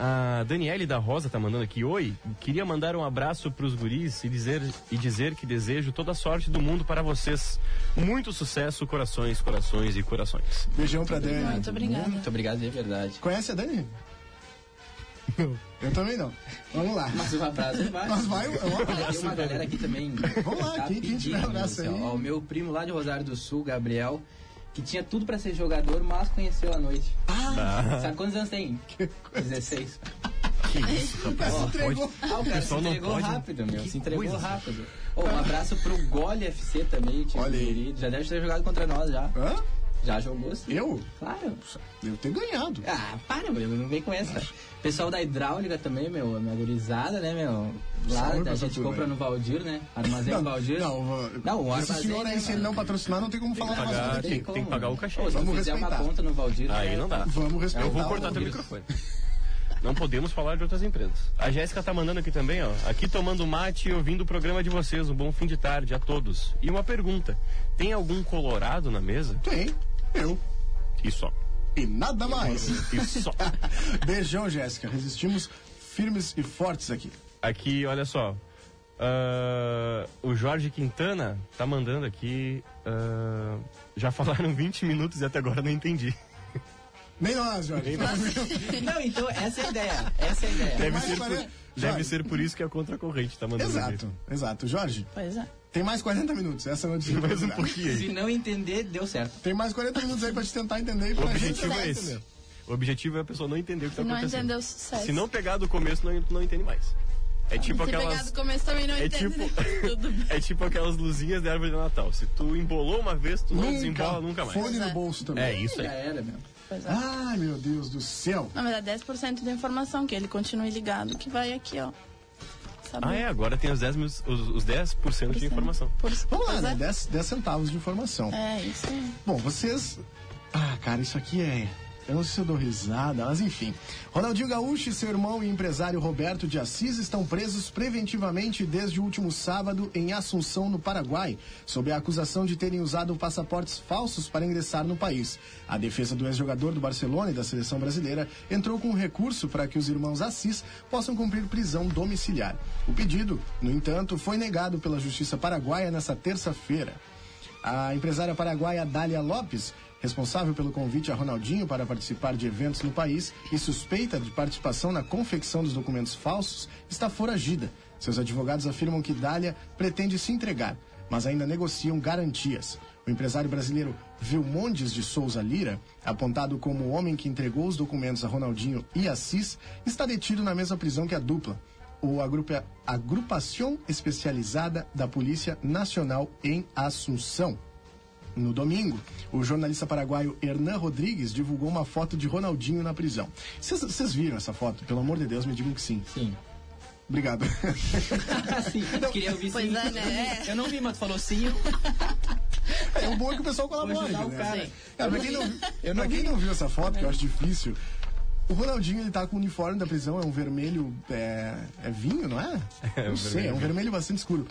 S2: A Daniele da Rosa tá mandando aqui, oi, queria mandar um abraço pros guris e dizer, e dizer que desejo toda a sorte do mundo para vocês. Muito sucesso, corações, corações e corações.
S1: Beijão pra Dani.
S3: Muito obrigada.
S4: Muito obrigado, de verdade.
S1: Conhece a Dani? Eu também não. Vamos lá.
S4: Mas um abraço vai.
S1: Mas vai, é um abraço.
S4: Tem uma galera aqui também. tá assim,
S1: Vamos lá, quem- quem tiver Um abraço aí.
S4: Ó, o meu primo lá de Rosário do Sul, Gabriel, que tinha tudo pra ser jogador, mas conheceu à noite. Ah! Sabe quantos anos tem? 16.
S2: Que isso, rapaz.
S1: Se entregou.
S4: Ah, o cara se
S2: pessoal não
S4: entregou
S2: pode-
S1: né?
S4: rápido, meu.
S2: Que
S4: Se entregou
S2: coisa.
S4: rápido. Ó, um abraço pro Gole FC também, tio.
S1: Olha aí.
S4: Guri. Já deve ter jogado contra nós já.
S1: Hã?
S4: Já jogou sim?
S1: Eu?
S4: Claro.
S1: Devo ter ganhado.
S4: Ah, para, meu, não vem com essa. Pessoal da hidráulica também, meu, a minha gurizada, né, meu? Lá
S1: Salve pra
S4: a
S1: essa
S4: gente
S1: turma,
S4: compra
S1: né?
S4: no Valdir, né? Armazém Valdir.
S1: não, vou- é
S4: Não, o
S1: esse
S4: armazém,
S1: senhor aí,
S4: né,
S1: se ele
S4: mano?
S1: não patrocinar, não tem como falar mais
S2: pagar,
S1: nada
S2: Ah, tem-
S1: dele.
S4: como,
S2: que pagar o
S4: mano.
S2: cachê.
S4: Ô, se
S1: Vamos
S4: tu fizer
S1: respeitar.
S4: uma conta no Valdir,
S2: Aí
S4: é-
S2: não dá.
S1: Vamos respeitar.
S2: Eu vou
S1: o
S2: cortar teu
S1: Valdir.
S2: microfone. Não podemos falar de outras empresas. A Jéssica tá mandando aqui também, ó. Aqui tomando mate e ouvindo o programa de vocês. Um bom fim de tarde a todos. E uma pergunta: tem algum colorado na mesa?
S1: Tem. Eu.
S2: E só.
S1: E nada mais.
S2: E só.
S1: Beijão, Jéssica. Resistimos firmes e fortes aqui.
S2: Aqui, olha só. Ah, o Jorge Quintana tá mandando aqui. ah, já falaram 20 minutos e até agora não entendi.
S1: Nem nós, Jorge.
S4: Não, então essa é a ideia. Essa é a ideia.
S2: Deve,
S1: mais
S2: ser por,
S1: 40
S2: deve
S1: Jorge.
S2: ser por isso que a contracorrente tá mandando
S1: Exato, exato. Jorge,
S3: Pois
S2: Tá
S3: é.
S1: tem mais 40 minutos. Essa é a notícia.
S2: aqui. Mais um pouquinho
S4: Se
S2: aí.
S4: não entender, deu certo.
S1: Tem mais 40 minutos aí pra te tentar entender e
S2: O
S1: pra gente
S2: objetivo
S1: tentar
S2: é
S1: entender.
S2: esse. O objetivo é a pessoa não entender o que tá
S3: Se não
S2: acontecendo.
S3: entendeu o sucesso.
S2: Se não pegar do começo, não, não entende mais. É tipo
S3: Se pegar
S2: aquelas.
S3: do começo também não
S2: É
S3: entende.
S2: tipo,
S3: Tudo bem.
S2: é tipo aquelas luzinhas da árvore de Natal. Se tu embolou uma vez, tu não desembola nunca mais.
S1: Fone no bolso também.
S2: É isso
S4: Já
S2: aí.
S4: era, meu.
S3: Pois é.
S1: Ai, meu Deus do céu.
S3: Na verdade, 10% da informação, que ele continue ligado, que vai aqui, ó. Sabe?
S2: Ah, é, agora tem os 10%, minu- os, os 10 de informação.
S3: Por...
S1: Vamos lá,
S3: pois
S1: né?
S3: é.
S1: 10, 10 centavos de informação.
S3: É, isso aí.
S1: Bom, vocês. Ah, cara, isso aqui é. Eu não sei se eu dou risada, mas enfim. Ronaldinho Gaúcho e seu irmão e empresário Roberto de Assis estão presos preventivamente desde o último sábado em Assunção, no Paraguai, sob a acusação de terem usado passaportes falsos para ingressar no país. A defesa do ex-jogador do Barcelona e da seleção brasileira entrou com um recurso para que os irmãos Assis possam cumprir prisão domiciliar. O pedido, no entanto, foi negado pela Justiça Paraguaia nesta terça-feira. A empresária paraguaia Dália Lopes, responsável pelo convite a Ronaldinho para participar de eventos no país e suspeita de participação na confecção dos documentos falsos, está foragida. Seus advogados afirmam que Dália pretende se entregar, mas ainda negociam garantias. O empresário brasileiro Vilmondes de Souza Lira, apontado como o homem que entregou os documentos a Ronaldinho e Assis, está detido na mesma prisão que a dupla ou agrupa, agrupação especializada da Polícia Nacional em Assunção. No domingo, o jornalista paraguaio Hernan Rodrigues divulgou uma foto de Ronaldinho na prisão. Vocês- Vocês viram essa foto? Pelo amor de Deus, me digam que sim.
S4: Sim.
S1: Obrigado.
S4: sim. Queria ouvir
S3: Pois
S4: sim.
S3: é, né? É.
S4: Eu não vi, mas tu falou sim.
S1: É o bom é que o pessoal
S4: Vou
S1: colabora,
S4: ajudar o
S1: né?
S4: cara.
S1: Sim. Cara, pra quem não, pra quem não viu essa foto, que eu acho difícil, o Ronaldinho ele tá com o uniforme da prisão, é um vermelho. É, é vinho, não é?
S2: um
S1: não sei, é um
S2: vermelho.
S1: vermelho bastante escuro.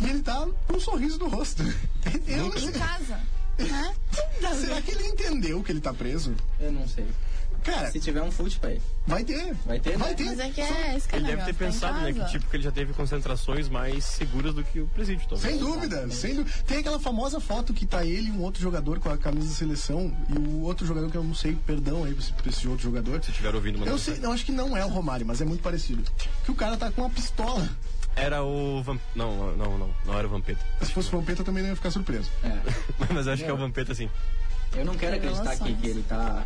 S1: E ele tá com um sorriso no rosto. Eu não sei-
S3: Em casa. Né?
S1: Será que ele entendeu que ele tá preso?
S4: Eu não sei.
S1: Cara,
S4: Se tiver um fute pra ele.
S1: vai ter.
S4: Vai ter, né?
S1: Vai ter.
S3: Mas é que é
S2: Ele
S3: esse cara
S2: deve ter pensado, né, que tipo, que ele já teve concentrações mais seguras do que o presídio, talvez.
S1: Sem dúvida, sem dúvida. Tem aquela famosa foto que tá ele e um outro jogador com a camisa da seleção e o outro jogador que eu não sei, perdão aí pra esse, pra esse outro jogador.
S2: Se estiver ouvindo, manda
S1: Eu
S2: mensagem.
S1: sei, não, acho que não é o Romário, mas é muito parecido. Que o cara tá com uma pistola.
S2: Era o Vamp... Não, não, não, não era o Vampeta.
S1: Se fosse o Vampeta, eu também não ia ficar surpreso.
S4: É.
S2: Mas eu acho que é o Vampeta, sim.
S4: Eu não quero acreditar que, que ele tá.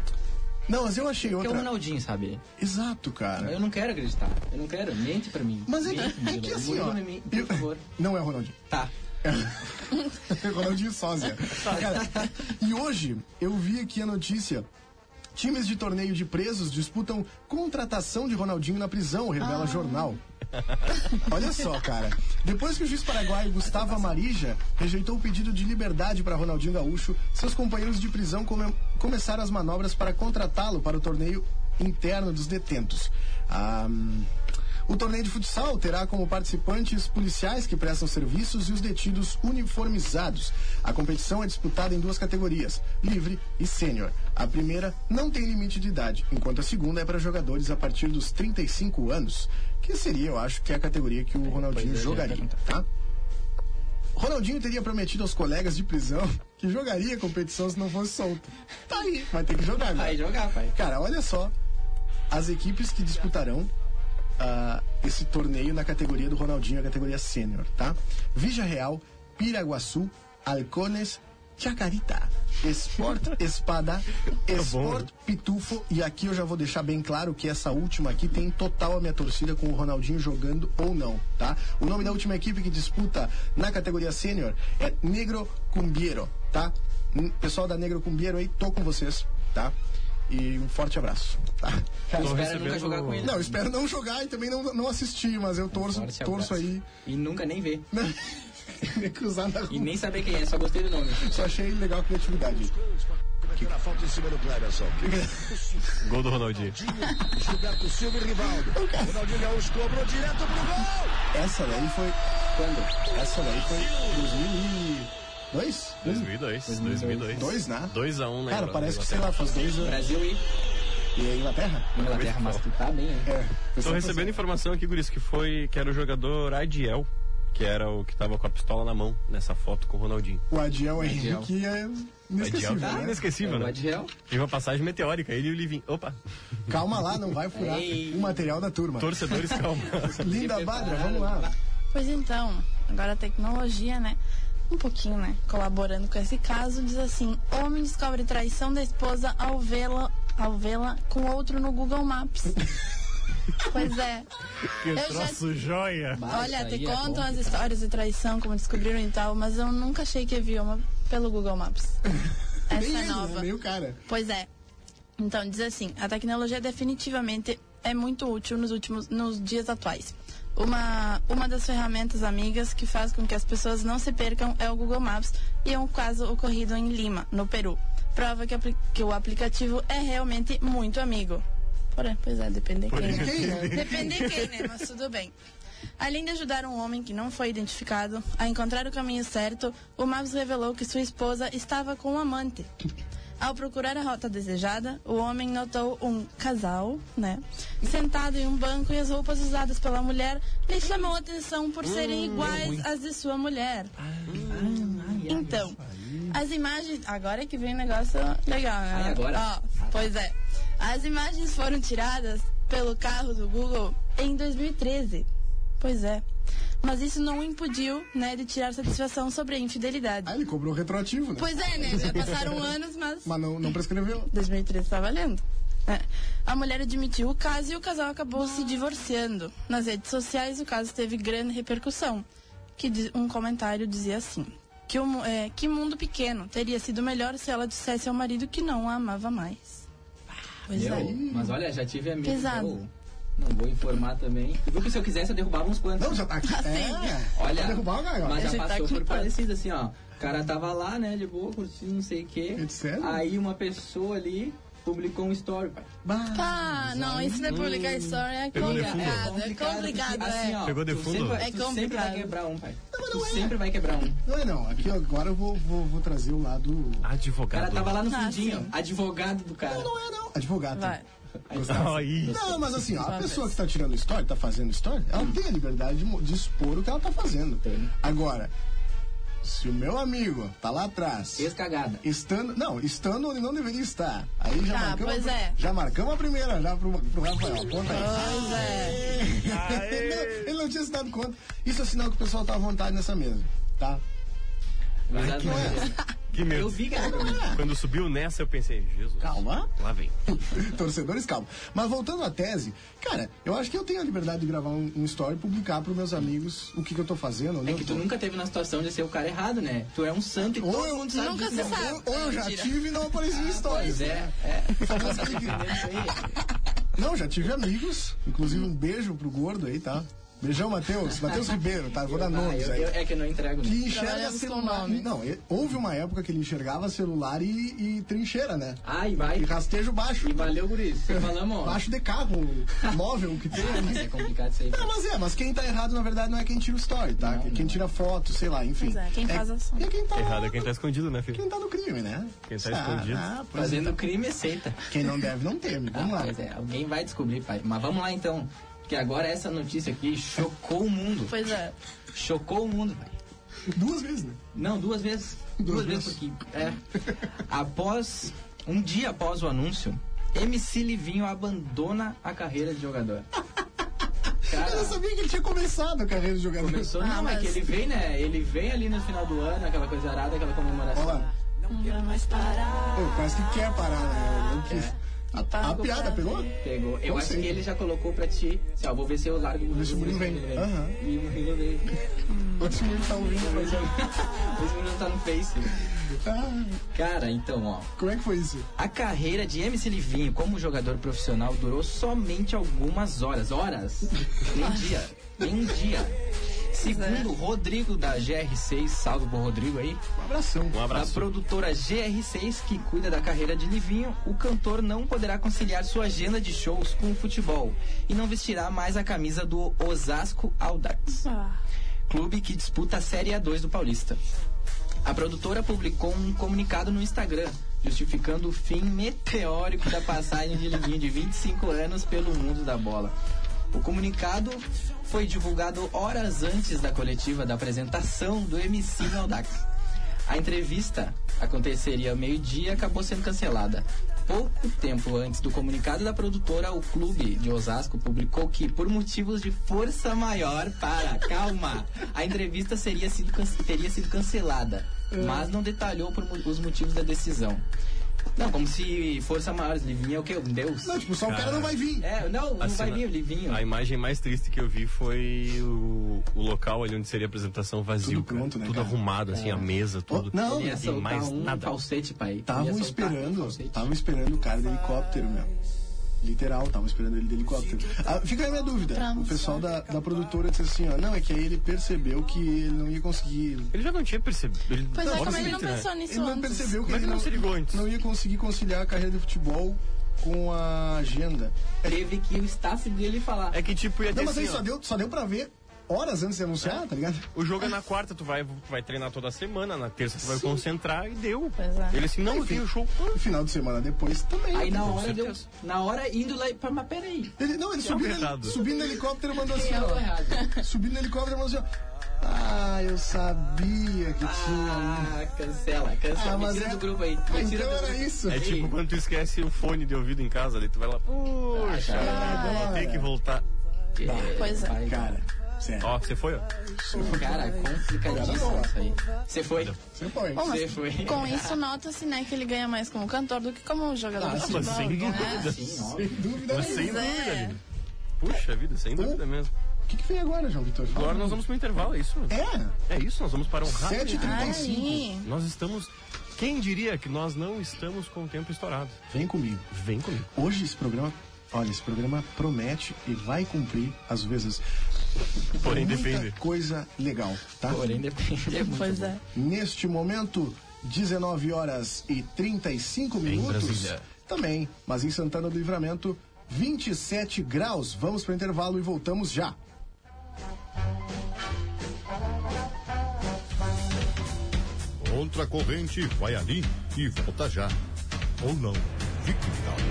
S1: Não, mas eu achei
S4: Que é o
S1: outra.
S4: Ronaldinho, sabe?
S1: Exato, cara.
S4: Eu não quero acreditar. Eu não quero. Mente pra mim.
S1: Mas é,
S4: Mente,
S1: que- é
S4: Murilo.
S1: que assim,
S4: Murilo
S1: ó.
S4: me mente,
S1: eu-
S4: Por favor.
S1: Não é o Ronaldinho. É
S4: Tá.
S1: Ronaldinho sósia. Cara, e hoje eu vi aqui a notícia. Times de torneio de presos disputam contratação de Ronaldinho na prisão, revela jornal. Olha só, cara. Depois que o juiz paraguaio Gustavo Amarija rejeitou o pedido de liberdade para Ronaldinho Gaúcho, seus companheiros de prisão come- começaram as manobras para contratá-lo para o torneio interno dos detentos. Ah, hum, o torneio de futsal terá como participantes policiais que prestam serviços e os detidos uniformizados. A competição é disputada em duas categorias, livre e sênior. A primeira não tem limite de idade, enquanto a segunda é para jogadores a partir dos 35 anos, que seria, eu acho, que é a categoria que o Ronaldinho jogaria, tá? Ronaldinho teria prometido aos colegas de prisão que jogaria a competição se não fosse solto. Tá aí, vai ter que jogar, agora.
S4: Vai jogar, pai.
S1: Cara, olha só as equipes que disputarão ah, esse torneio na categoria do Ronaldinho, a categoria sênior, tá? Vija Real, Piraguaçu, Halcones, Chacarita, Sport Espada, Sport Pitufo, e aqui eu já vou deixar bem claro que essa última aqui tem total a minha torcida com o Ronaldinho jogando ou não, tá? O nome da última equipe que disputa na categoria sênior é Negro Cumbiero, tá? Hum, Pessoal da Negro Cumbiero aí, tô com vocês, tá? E um forte abraço, tá?
S4: Eu espero
S2: recebendo-
S4: nunca jogar com ele.
S1: Não, eu espero não jogar e também não, não assistir, mas eu torço,
S4: Forte
S1: torço
S4: abraço.
S1: aí.
S4: é E nunca nem ver.
S1: Me cruzar na
S4: E
S1: rua.
S4: nem saber quem é, só gostei do nome.
S1: Só achei legal a criatividade.
S6: Primeira falta em cima do Cleberson.
S2: Gol do Ronaldinho.
S6: Gilberto Silva e Rivaldo. Ronaldinho Gaúcho cobrou direto pro gol.
S1: Essa daí foi.
S4: Quando?
S1: Essa daí foi 2002?
S2: 2002, 2002.
S1: 2002, né?
S2: 2x1, né?
S1: Cara,
S2: Inglaterra.
S1: parece que, sei lá, faz dois anos.
S4: Brasil e
S1: E a Inglaterra?
S4: Inglaterra, mas tu tá bem, hein?
S1: É.
S2: Tô recebendo informação aqui, Guris, que foi que era o jogador Adiel, que era o que tava com a pistola na mão nessa foto com o Ronaldinho.
S1: O Adiel
S4: Adiel.
S1: Henrique é inesquecível,
S2: Adiel,
S4: Ah,
S1: né?
S2: Inesquecível,
S4: Tá? É O
S2: né?
S4: Adiel.
S2: Teve uma passagem meteórica, ele e o Livinho. Opa,
S1: Calma lá, não vai furar
S4: Ei.
S1: o material da turma.
S2: torcedores, calma.
S1: Linda
S4: Se
S1: Badra,
S4: prepararam.
S1: vamos lá.
S3: Pois então, agora a tecnologia, né? Um pouquinho, né? Colaborando com esse caso, diz assim: homem descobre traição da esposa ao vê-la ao vê-la com outro no Google Maps. pois é.
S2: Que
S3: já-
S2: troço joia.
S3: Olha,
S4: isso
S3: te
S4: aí é
S3: contam
S4: bom.
S3: as histórias de traição, como descobriram e tal, mas eu nunca achei que havia uma pelo Google Maps.
S1: Nem
S3: Essa é
S1: ele, né?
S3: nova.
S1: Nem o cara.
S3: Pois é. Então, diz assim, a tecnologia definitivamente é muito útil nos últimos nos dias atuais. Uma, uma das ferramentas amigas que faz com que as pessoas não se percam é o Google Maps e é um caso ocorrido em Lima, no Peru. Prova que, apli- que o aplicativo é realmente muito amigo. Porém, pois é, depende de quem. né? Depende de quem, né? Mas tudo bem. Além de ajudar um homem que não foi identificado a encontrar o caminho certo, o Maps revelou que sua esposa estava com um amante. Ao procurar a rota desejada, o homem notou um casal, né, sentado em um banco e as roupas usadas pela mulher lhe chamou a atenção por serem iguais às de sua mulher. Então, as imagens. Agora é que vem um negócio legal, né?
S4: Ah, é agora?
S3: Ó, pois é. As imagens foram tiradas pelo carro do Google em 2013. Pois é. Mas isso não o impediu, né, de tirar satisfação sobre a infidelidade.
S1: Ah, ele cobrou retroativo, né?
S3: Pois é, né? Já passaram anos, mas.
S1: Mas não, não prescreveu.
S3: 2013 tá valendo. É. A mulher admitiu o caso e o casal acabou se divorciando. Nas redes sociais, o caso teve grande repercussão. Que diz- um comentário dizia assim: que, o mu- é, que mundo pequeno teria sido melhor se ela dissesse ao marido que não a amava mais. Pois
S4: Eu,
S3: é.
S4: mas olha, já tive amigo.
S3: Pesado.
S4: meu. Não vou informar também. Viu que se eu quisesse eu derrubava uns plantas.
S1: Não, já tá aqui. É,
S4: Olha,
S1: vai derrubar o gaiola.
S4: mas
S3: A gente
S4: já
S3: tá
S4: passou
S3: aqui
S4: por
S3: pra-
S4: parecido, assim, ó. O cara tava lá, né, de boa, curtindo não sei o quê.
S1: É de sério?
S4: Aí uma pessoa ali publicou um story, pai.
S1: Bah,
S3: Ah, não, isso não é publicar história, é
S2: Pegou de fundo.
S3: complicado. É complicado,
S4: Assim,
S3: é.
S4: ó,
S2: Pegou de
S4: tu
S2: fundo?
S4: Sempre,
S3: É
S4: tu sempre
S3: complicado.
S4: vai quebrar um, pai.
S1: é.
S4: Tu sempre vai quebrar um. O
S1: Não é não. Aqui agora eu vou, vou, vou trazer o lado.
S4: cara
S2: Advogado.
S4: tava lá no
S3: Ah,
S4: fundinho,
S3: sim.
S4: advogado do cara.
S1: Não é não. Advogado.
S3: Vai.
S2: Aí.
S1: Não, mas assim, ó, a pessoa que tá tirando história, tá fazendo história, ela tem a liberdade de, mo- de expor o que ela tá fazendo.
S4: Tem.
S1: Agora, se o meu amigo tá lá atrás,
S4: assim, Ex-cagada.
S1: estando. Não, estando onde não deveria estar. Aí já
S3: Tá,
S1: marcamos.
S3: pois
S1: a, pri-
S3: é.
S1: Já marcamos a primeira, já pro, pro Rafael. Conta aí.
S3: Pois é.
S1: ele, não, ele não tinha se dado conta. Isso é sinal que o pessoal tá à vontade nessa mesa, tá?
S4: Mas-
S2: Que
S4: Eu
S2: medo.
S4: vi, cara.
S2: Quando subiu nessa, eu pensei, Jesus.
S1: Calma.
S2: Lá vem.
S1: Torcedores, calma. Mas voltando à tese, cara, eu acho que eu tenho a liberdade de gravar um, um story e publicar pros meus amigos o que, que eu tô fazendo. né? onde
S4: É
S1: eu
S4: que
S1: tô.
S4: tu nunca teve na situação de ser o cara errado, né? Tu é um santo e
S1: Ou
S4: todo
S1: eu-
S4: mundo sabe
S3: Nunca se
S4: disso, né?
S3: sabe.
S1: Ou, ou eu já
S3: Mentira.
S1: tive e não apareci em histórias.
S4: Pois é, é.
S1: Não, já tive amigos. Inclusive, um beijo pro gordo aí, tá? Beijão, Matheus. Matheus Ribeiro, tá? Vou dar
S4: Ah,
S1: nomes
S4: eu-
S1: aí.
S4: eu- é que eu não entrego, né?
S1: Que enxerga
S3: Trabalhamos com
S1: celular.
S3: nome.
S1: Não, e- houve uma época que ele enxergava celular e, e trincheira, né?
S4: Ai, vai.
S1: E rastejo baixo.
S4: E valeu, guris. Falamos, ó.
S1: Baixo de carro, móvel, que tem ali.
S4: Mas é complicado isso aí.
S1: Não, mas é, mas quem tá errado, na verdade, não é quem tira o story, tá? quem
S4: é.
S1: tira foto, sei lá, enfim.
S3: Pois é, quem faz a ação.
S1: É quem tá,
S2: Errado é quem tá escondido, né, filho?
S1: quem tá no crime, né?
S2: Quem tá escondido.
S1: Ah, pois é.
S4: Fazendo crime, aceita.
S1: Quem não deve, não teme. Vamos lá.
S4: então- Pois é, alguém vai descobrir, pai. Mas vamos lá, então. Porque agora essa notícia aqui chocou o mundo.
S3: Pois é.
S4: Chocou o mundo, pai.
S1: Duas vezes, né?
S4: Não, duas vezes. Duas, vezes, porque. É. após. Um dia após o anúncio, MC Livinho abandona a carreira de jogador.
S1: Eu não
S4: Cara,
S1: sabia que ele tinha começado a carreira de jogador.
S4: começou.
S3: Ah,
S4: não, é que
S3: mas-
S4: ele vem, né? Ele vem ali no final do ano, aquela coisa arada, aquela comemoração.
S1: Olha lá. Não parece que quer parar, né? Ele quis. A,
S3: Tá,
S1: a piada
S3: tá.
S1: pegou?
S4: Pegou. Eu
S1: Não
S4: acho
S1: sei.
S4: que ele já colocou pra ti. Assim, ó, vou ver se eu largo o
S1: se o Bruno vem. Aham.
S4: E o Bruno veio.
S1: Quantos meninos tá ouvindo?
S4: Mas eu- é Esse Bruno tá no Face.
S1: Ah,
S4: Cara, então, ó.
S1: como é que foi isso?
S4: A carreira de MC Livinho como jogador profissional durou somente algumas horas. Horas? Nem um dia. Nem um dia. Segundo Rodrigo da GR6, salve pro Rodrigo aí.
S1: Um abração.
S2: Um
S4: Da
S2: abraço.
S4: produtora GR6, que cuida da carreira de Livinho, o cantor não poderá conciliar sua agenda de shows com o futebol e não vestirá mais a camisa do Osasco Audax, clube que disputa a Série A2 do Paulista. A produtora publicou um comunicado no Instagram, justificando o fim meteórico da passagem de Livinho de 25 anos pelo mundo da bola. O comunicado foi divulgado horas antes da coletiva da apresentação do MC no Audax. A entrevista aconteceria ao meio-dia e acabou sendo cancelada. Pouco tempo antes do comunicado da produtora, o clube de Osasco publicou que, por motivos de força maior, para, calma, a entrevista seria sido, can- teria sido cancelada, mas não detalhou por mo- os motivos da decisão. Não, como se força maior, Livinho é o que? Um deus?
S1: Não, tipo, só o cara não vai vir.
S4: É, não, não vai
S2: Assina-
S4: vir o Livinho.
S2: A imagem mais triste que eu vi foi o, o local ali onde seria a apresentação vazio.
S1: Tudo
S2: cara.
S1: pronto, né,
S2: Tudo
S1: cara?
S2: arrumado, assim, a mesa, tudo.
S1: Oh, não, não
S4: Ele ia
S2: tem
S4: soltar
S2: mais
S4: um
S2: nada.
S4: falsete, pai. Ele ia
S1: Estavam
S4: soltar um
S1: esperando,
S4: falsete.
S1: estavam esperando o cara de helicóptero, meu. Literal, estavam esperando ele de helicóptero. Ah, fica aí a minha dúvida. O pessoal da, da produtora disse assim, ó, não, é que aí ele percebeu que ele não ia conseguir.
S2: Ele já não tinha percebido. Ele,
S3: Pois é, como ele
S2: obviamente,
S3: não
S2: né?
S3: pensou nisso
S1: Ele não
S3: antes?
S1: percebeu que
S2: Como é
S1: ele
S2: que não se ligou antes?
S1: não ia conseguir conciliar a carreira de futebol com a agenda.
S4: Teve que o staff dele falar.
S2: É que tipo, ia ter
S1: Não, mas
S2: assim,
S1: aí
S2: ó,
S1: só deu, só deu pra ver horas antes de anunciar, tá ligado?
S2: O jogo é na quarta, tu vai, vai treinar toda semana, na terça tu vai concentrar e deu.
S3: Pois é.
S2: Ele assim, não, eu
S1: Enfim.
S2: tenho show.
S1: E final de semana depois também.
S4: Aí na
S2: Com
S4: hora deu.
S2: certeza.
S4: Na hora indo lá e. pá, Mas peraí.
S1: Ele, não,
S2: É um
S1: ele subiu,
S2: errado.
S1: subindo no helicóptero e mandou assim,
S4: Quem é o
S1: ó.
S4: errado?
S1: Subindo no helicóptero e mandou assim, ó. Ah, eu sabia que tinha. um
S4: Ah, cancela, cancela.
S1: Ah,
S4: Me
S1: mas
S4: tira
S1: é-
S4: do grupo aí.
S1: Ah,
S4: Me tira
S1: então
S4: do
S1: era
S4: grupo.
S1: isso.
S2: É tipo quando tu esquece o fone de ouvido em casa, daí tu vai lá, puxa, vou ter que voltar.
S4: É,
S3: Pois é.
S4: pai.
S1: Cara, sério.
S2: Ó, você foi, ó.
S4: Cara,
S1: é.
S4: complicadíssimo isso aí. Você foi.
S1: Você põe.
S3: Bom, mas
S4: Você foi.
S3: com isso nota-se, né, que ele ganha mais como cantor do que como jogador de
S2: mas
S3: futebol.
S2: sem
S3: né?
S2: dúvida.
S4: Sim, ó.
S1: Sem dúvida
S2: Mas sem
S1: nenhuma.
S2: dúvida,
S3: é.
S2: Lili. Puxa vida,
S1: Um
S2: sem dúvida mesmo.
S1: O que, que vem agora, João Vitor? Fala.
S2: Agora nós vamos pro intervalo, é isso?
S1: É,
S2: É isso, nós vamos para um rápido.
S1: 7h35.
S3: Aí,
S2: Nós estamos. Quem diria que nós não estamos com o tempo estourado?
S1: Vem comigo.
S2: Vem comigo.
S1: Hoje esse programa, olha, esse programa promete e vai cumprir, às vezes,
S2: Porém,
S1: muita
S2: depende.
S1: coisa legal, tá?
S4: Porém, depende. É muito
S3: pois
S4: bom.
S3: é.
S1: Neste momento, 19 horas e 35 minutos.
S2: Brasília.
S1: Também, mas em Santana do Livramento, 27 graus. Vamos para o intervalo e voltamos já.
S7: Contra a corrente, vai ali e volta já. Ou não. Fique ligado.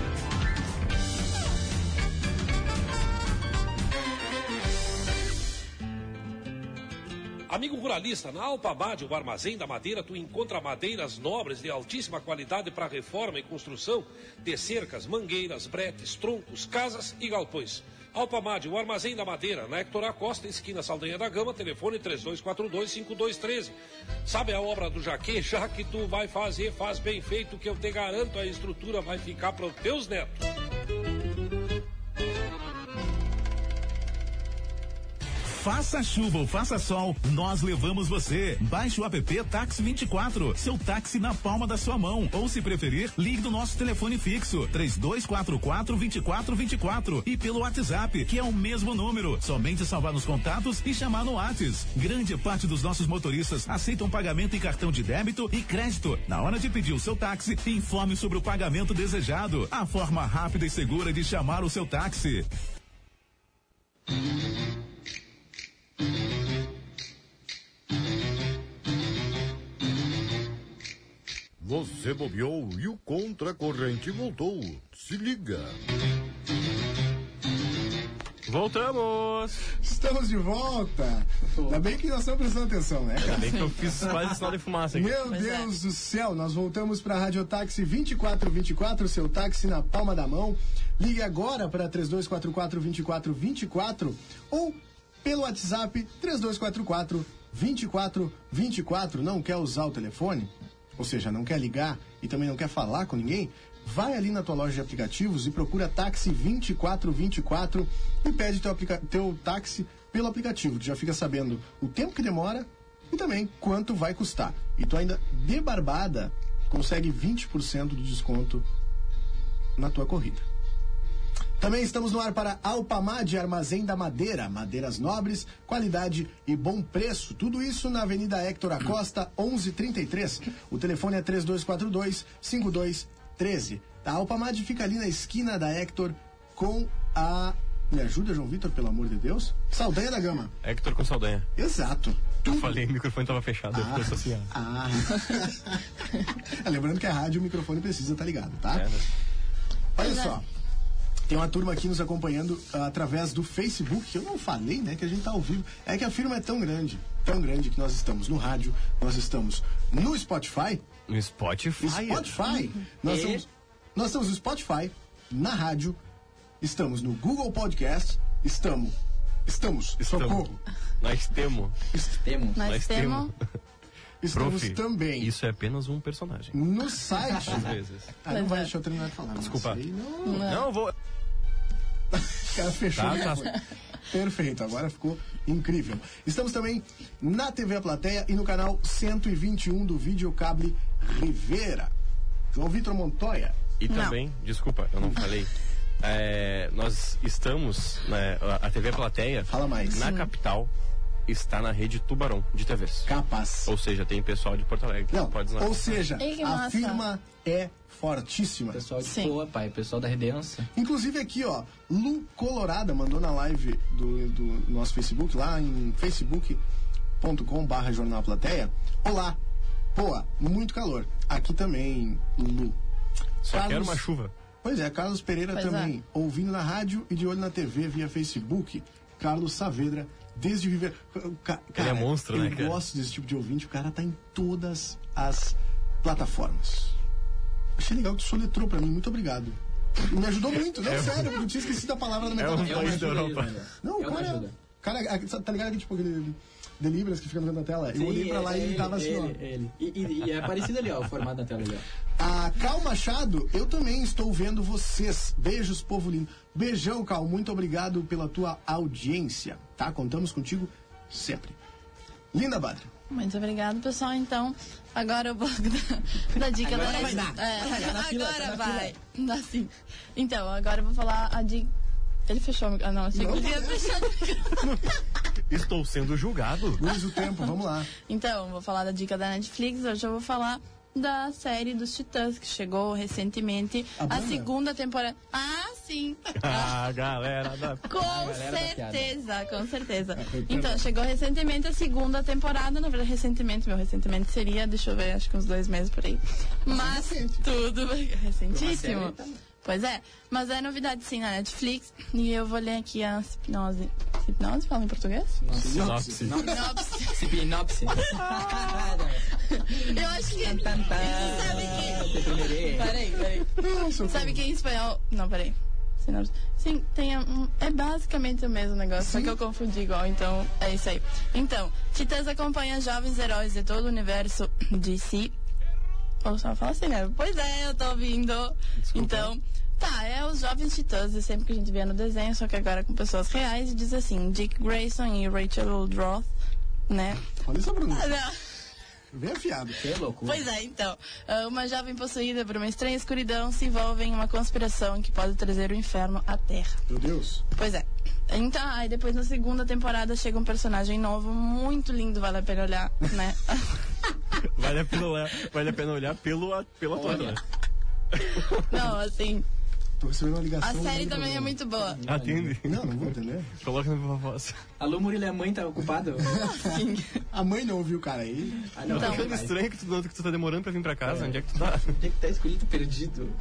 S8: Amigo ruralista, na Alpamade, o armazém da madeira, tu encontra madeiras nobres de altíssima qualidade para reforma e construção de cercas, mangueiras, bretes, troncos, casas e galpões. Alpamade, o armazém da madeira, na Hector Acosta, esquina Saldanha da Gama, telefone 32425213. Sabe a obra do Jaque? Já que tu vai fazer, faz bem feito, que eu te garanto, a estrutura vai ficar para os teus netos.
S9: Faça chuva ou faça sol, nós levamos você. Baixe o app Táxi 24, seu táxi na palma da sua mão. Ou se preferir, ligue do nosso telefone fixo 3244 2424 e pelo WhatsApp, que é o mesmo número. Somente salvar nos contatos e chamar no WhatsApp. Grande parte dos nossos motoristas aceitam pagamento em cartão de débito e crédito. Na hora de pedir o seu táxi, informe sobre o pagamento desejado. A forma rápida e segura de chamar o seu táxi.
S7: Você bobeou e o contra a corrente voltou. Se liga.
S2: Voltamos!
S1: Estamos de volta. Ainda bem que nós estamos prestando atenção, né? cara?
S2: Ainda bem que eu fiz quase sinal de fumaça aqui.
S1: Meu
S3: Pois é.
S1: Deus do céu, nós voltamos para a Rádio Táxi 2424, seu táxi na palma da mão. Ligue agora para 3244-2424 ou pelo WhatsApp 3244-2424. Não quer usar o telefone? Ou seja, não quer ligar e também não quer falar com ninguém? Vai ali na tua loja de aplicativos e procura táxi 2424 e pede teu, aplica- teu táxi pelo aplicativo. Tu já fica sabendo o tempo que demora e também quanto vai custar. E tu ainda, de barbada, consegue 20% de desconto na tua corrida. Também estamos no ar para Alpamade Armazém da Madeira. Madeiras nobres, qualidade e bom preço. Tudo isso na Avenida Héctor Acosta, 1133. O telefone é 3242-5213. A Alpamade Tá, fica ali na esquina da Héctor com a... Me ajuda, João Vitor, pelo amor de Deus. Saldanha da Gama.
S2: Hector É com Saldanha.
S1: Exato.
S2: Eu falei, o microfone tava fechado, eu fiquei associado.
S1: Ah. é
S2: né?
S1: Lembrando que a rádio, o microfone precisa estar ligado, tá?
S2: É, né?
S1: Olha tá? só. Tem uma turma aqui nos acompanhando ah, através do Facebook, que eu não falei, né? Que a gente tá ao vivo. É que a firma é tão grande, tão grande que nós estamos no rádio, nós estamos no Spotify.
S2: No Spotify.
S1: Spotify. Nós,
S4: E?
S1: estamos, nós estamos no Spotify, na rádio, estamos no Google Podcast, estamos. Estamos,
S2: Estamos.
S1: socorro.
S2: Nós temos.
S4: Temos.
S3: Nós,
S2: Nós
S3: temos.
S2: temos.
S1: Estamos
S2: Profi,
S1: também
S2: Isso é apenas um personagem.
S1: no site.
S2: Às vezes.
S1: Ah, não vai deixar eu terminar de falar. mas
S2: Desculpa.
S1: isso aí não,
S2: Não, vou.
S1: o cara fechou.
S2: Tá,
S1: o
S2: tá.
S1: microfone. Perfeito, agora ficou incrível. Estamos também na TV A Plateia e no canal 121 do Videocable Rivera. João Vitor Montoya.
S2: E
S3: Não.
S2: também, desculpa, eu não falei. É, nós estamos, né, a- a TV Plateia,
S1: Fala mais.
S2: na capital, está na rede Tubarão de TVs.
S1: Capaz.
S2: Ou seja, tem pessoal de Porto Alegre.
S1: Não,
S2: pode
S1: ou seja,
S3: Ei, que
S1: a
S3: massa.
S1: firma é fortíssima.
S4: Pessoal de
S3: Sim.
S4: boa, pai. Pessoal da Redença.
S1: Inclusive aqui, ó, Lu Colorada mandou na live do, do nosso Facebook, lá em facebook.com barra Jornal Plateia. Olá, pô, muito calor. Aqui também, Lu.
S2: Só quero
S1: Carlos-
S2: uma chuva.
S1: Pois é, Carlos Pereira
S3: Pois
S1: também, ouvindo na rádio e de olho na TV via Facebook. Carlos Saavedra, desde viver. Ca- cara,
S2: é monstro,
S1: eu
S2: né, cara?
S1: gosto desse tipo de ouvinte, o cara tá em todas as plataformas. Achei legal que tu soletrou pra mim, muito obrigado. Me ajudou muito, não, sério, porque eu tinha esquecido a palavra na metade.
S2: É um
S4: É
S2: País
S4: uma
S2: da
S4: ajuda aí,
S2: Europa.
S4: velho.
S1: Não,
S4: É
S1: o
S4: uma
S1: cara.
S4: ajuda.
S1: Cara, aqui, sabe, tá ligado que tipo aquele Delibras que fica no canto da tela? eu olhei pra lá e ele tava assim, ó.
S4: ele, ele. E, e- e é parecido ali, ó, o formato na tela ali, ó.
S1: A Ah, Cal Machado, eu também estou vendo vocês. Beijos, povo lindo. Beijão, Cal. Muito obrigado pela tua audiência, tá? Contamos contigo sempre. Linda Badra.
S3: Muito obrigado, pessoal. Então, agora eu vou da, da dica da
S4: vai
S3: Letícia.
S4: dar.
S3: É, agora
S4: fila, tá na
S3: vai. Dá sim. Então, agora eu vou falar a dica. Ele fechou o micro- Ah, não, achei que ele tinha fechado o microfone.
S2: Estou sendo julgado.
S1: Luz o tempo, vamos lá.
S3: Então, vou falar da dica da Netflix. Hoje eu vou falar da série dos Titãs, que chegou recentemente.
S1: A
S3: A,
S1: banda?
S3: segunda temporada. Ah, sim!
S2: Ah, galera da.
S3: Com
S4: galera da piada.
S3: certeza, com certeza.
S1: É,
S3: Então, chegou recentemente a segunda temporada. Na verdade, recentemente, meu recentemente seria, deixa eu ver, acho que uns dois meses por aí. Mas tudo recentíssimo.
S1: então.
S3: Pois é, mas é novidade sim na Netflix. E eu vou ler aqui a hipnose. Hipnose fala em português?
S2: Sinopse.
S3: Sinopse.
S4: Cipinopse.
S3: Eu acho que. Você sabe que. Peraí, peraí.
S1: Nossa,
S3: Sabe que em espanhol. Não, peraí. Sinopse. Sim, tem. um- É basicamente o mesmo negócio, só que eu confundi igual, então é isso aí. Então, Titãs acompanha jovens heróis de todo o universo de si. Ou só fala assim, né? Pois é, eu tô ouvindo. Então. Tá, é os jovens titãs, de sempre que a gente vê no desenho, só que agora com pessoas reais, e diz assim, Dick Grayson e Rachel Roth, né?
S1: olha essa
S3: Ah,
S1: pronúncia.
S3: não.
S1: Bem afiado.
S4: Que loucura.
S3: Pois é, então. Ah, Uma jovem possuída por uma estranha escuridão se envolve em uma conspiração que pode trazer o inferno à Terra.
S1: Meu Deus.
S3: Pois é. Então, aí depois na segunda temporada chega um personagem novo, muito lindo, vale a pena olhar, né?
S2: Vale a pena olhar, vale a pena olhar pelo, a- pelo ator.
S4: Olha.
S2: né?
S3: Não, assim,
S1: Tô recebendo uma ligação.
S3: a série
S1: do
S3: também
S1: microfone.
S3: é muito boa.
S1: Ah,
S2: Atende.
S1: Não, não vou entender.
S2: Coloca na minha voz.
S4: Alô, Murilo, a mãe tá ocupado?
S3: Sim.
S1: A mãe não ouviu o cara aí.
S4: Ah, não,
S3: Então.
S4: não,
S2: Achando
S4: mas-
S2: estranho que tu, que tu tá demorando pra vir pra casa. Onde é que tu tá?
S4: Onde é que tá escolhido perdido?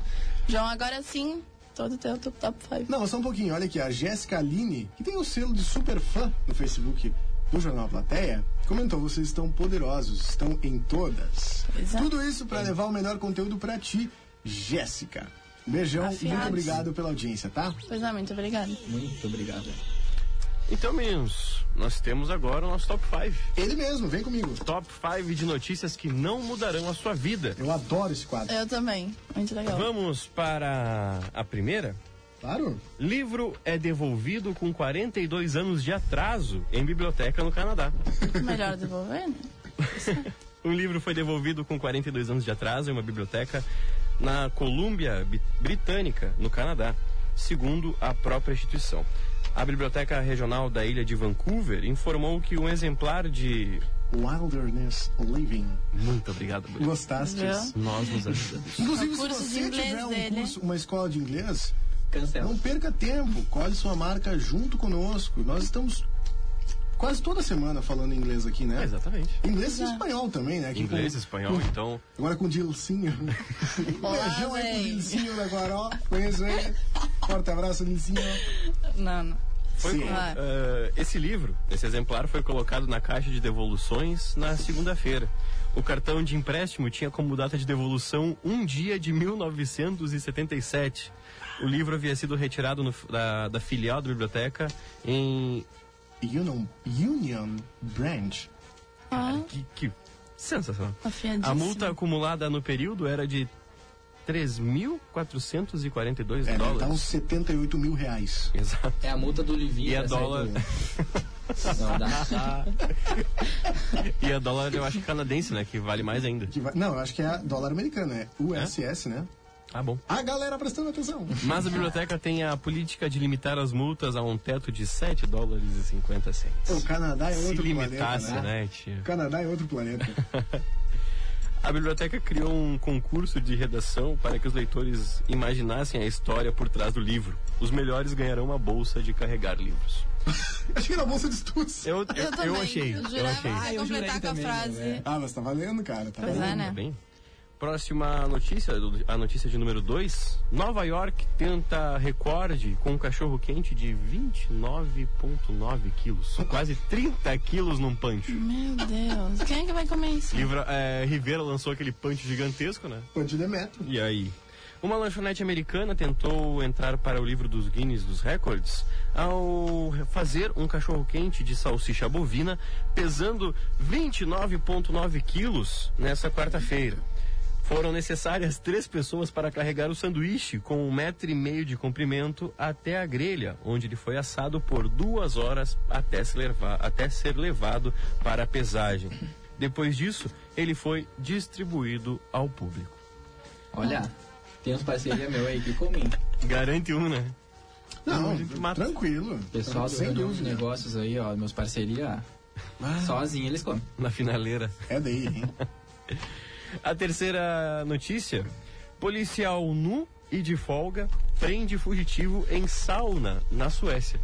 S3: João, agora sim, todo teu top- top 5.
S1: Não, só um pouquinho. Olha aqui, a Jéssica Aline, que tem o selo de super fã no Facebook do Jornal Plateia, comentou: vocês estão poderosos, estão em todas.
S3: Pois é.
S1: Tudo isso para levar o melhor conteúdo para ti, Jéssica. Beijão,
S3: Afiados.
S1: muito obrigado pela audiência, tá?
S3: Pois é, muito obrigada.
S4: Muito obrigado.
S2: Então, meninos, nós temos agora o nosso top 5.
S1: Ele mesmo, vem comigo.
S2: Top 5 de notícias que não mudarão a sua vida.
S1: Eu adoro esse quadro.
S3: Eu também, muito legal.
S2: Vamos para a primeira.
S1: Claro.
S2: Livro é devolvido com 42 anos de atraso em biblioteca no Canadá.
S3: Melhor devolver, né?
S2: Um livro foi devolvido com 42 anos de atraso em uma biblioteca na Colômbia Bi- Britânica, no Canadá, segundo a própria instituição. A Biblioteca Regional da Ilha de Vancouver informou que um exemplar de.
S1: Wilderness Living.
S2: Muito obrigado, Bruno.
S1: Gostastes?
S3: Viu?
S2: Nós nos ajudamos.
S1: Inclusive,
S3: O
S1: se
S3: curso de
S1: você
S3: inglês
S1: tiver um
S3: dele.
S1: curso, uma escola de inglês,
S4: Cancela.
S1: Não perca tempo, colhe sua marca junto conosco. Nós estamos quase toda semana falando inglês aqui, né?
S2: É, Exatamente.
S1: Inglês e espanhol também, né? Que
S2: Inglês,
S1: com-
S2: espanhol, então.
S1: Agora com o Dilcinho.
S3: Olá,
S1: Beijão aí pro
S3: véi.
S1: Dilcinho da Guaró. Conheço ele. Forte abraço, Licinho.
S3: Não, não.
S2: Foi
S1: Sim.
S2: colo- eh, esse livro, esse exemplar, foi colocado na caixa de devoluções na segunda-feira. O cartão de empréstimo tinha como data de devolução um dia de 1977. O livro havia sido retirado no- da, da filial da biblioteca em.
S1: Union, Union Branch.
S3: Ah,
S2: Que, que sensacional!
S3: afiadíssimo.
S2: A multa acumulada no período era de 3.442
S1: É, dá uns
S2: dólares.
S1: 78 mil reais.
S2: Exato.
S4: É a multa do Livinho.
S2: E a
S4: dessa
S2: dólar.
S4: aí é do- Não, dá.
S2: E a dólar, eu acho que canadense, né? Que vale mais ainda.
S1: Que vai- Não, eu acho que é dólar americano, é USS, né?
S2: Ah, bom.
S1: A galera prestando atenção.
S2: Mas a biblioteca tem a política de limitar as multas a um teto de 7 dólares e 50
S1: Pô, O
S2: centos.
S1: Canadá é
S2: Se
S1: outro
S2: limitasse,
S1: planeta, né?
S2: né, tia?
S1: O Canadá é outro planeta.
S2: A biblioteca criou um concurso de redação para que os leitores imaginassem a história por trás do livro. Os melhores ganharão uma bolsa de carregar livros.
S1: acho que era bolsa de estudos.
S2: Eu,
S3: Eu,
S2: eu,
S3: também.
S2: eu achei, eu
S3: jurava
S2: achei.
S3: que ia
S4: Ah, eu jurei
S3: completar com a
S4: também,
S3: frase.
S4: né?
S1: Ah, mas tá valendo, cara. Tá
S3: Pois
S1: valendo.
S3: é, né?
S2: Bem. Próxima notícia, do- a notícia de número 2. Nova York tenta recorde com um cachorro quente de 29,9 quilos. Quase 30 quilos num pancho.
S3: Meu Deus. Quem é que vai comer isso?
S2: Livra, é, Rivera lançou aquele punch gigantesco, né?
S1: Pô, de Demetrio.
S2: E aí? Uma lanchonete americana tentou entrar para o livro dos Guinness dos Records ao fazer um cachorro-quente de salsicha bovina pesando 29,9 quilos nessa quarta-feira. Foram necessárias três pessoas para carregar o sanduíche com um metro e meio de comprimento até a grelha, onde ele foi assado por duas horas até se leva- até ser levado para a pesagem. Depois disso, ele foi distribuído ao público.
S4: Olha, tem uns parceria meu aí que comem.
S2: Garante um, né?
S1: Não,
S2: a gente mata.
S1: tranquilo.
S4: Pessoal um do
S1: Sem né?
S4: Reunião de
S1: dúvida.
S4: Negócios aí, ó, meus parceria, sozinho eles comem.
S2: Na finaleira.
S1: É daí, hein?
S2: A terceira notícia: policial nu e de folga prende fugitivo em sauna na Suécia.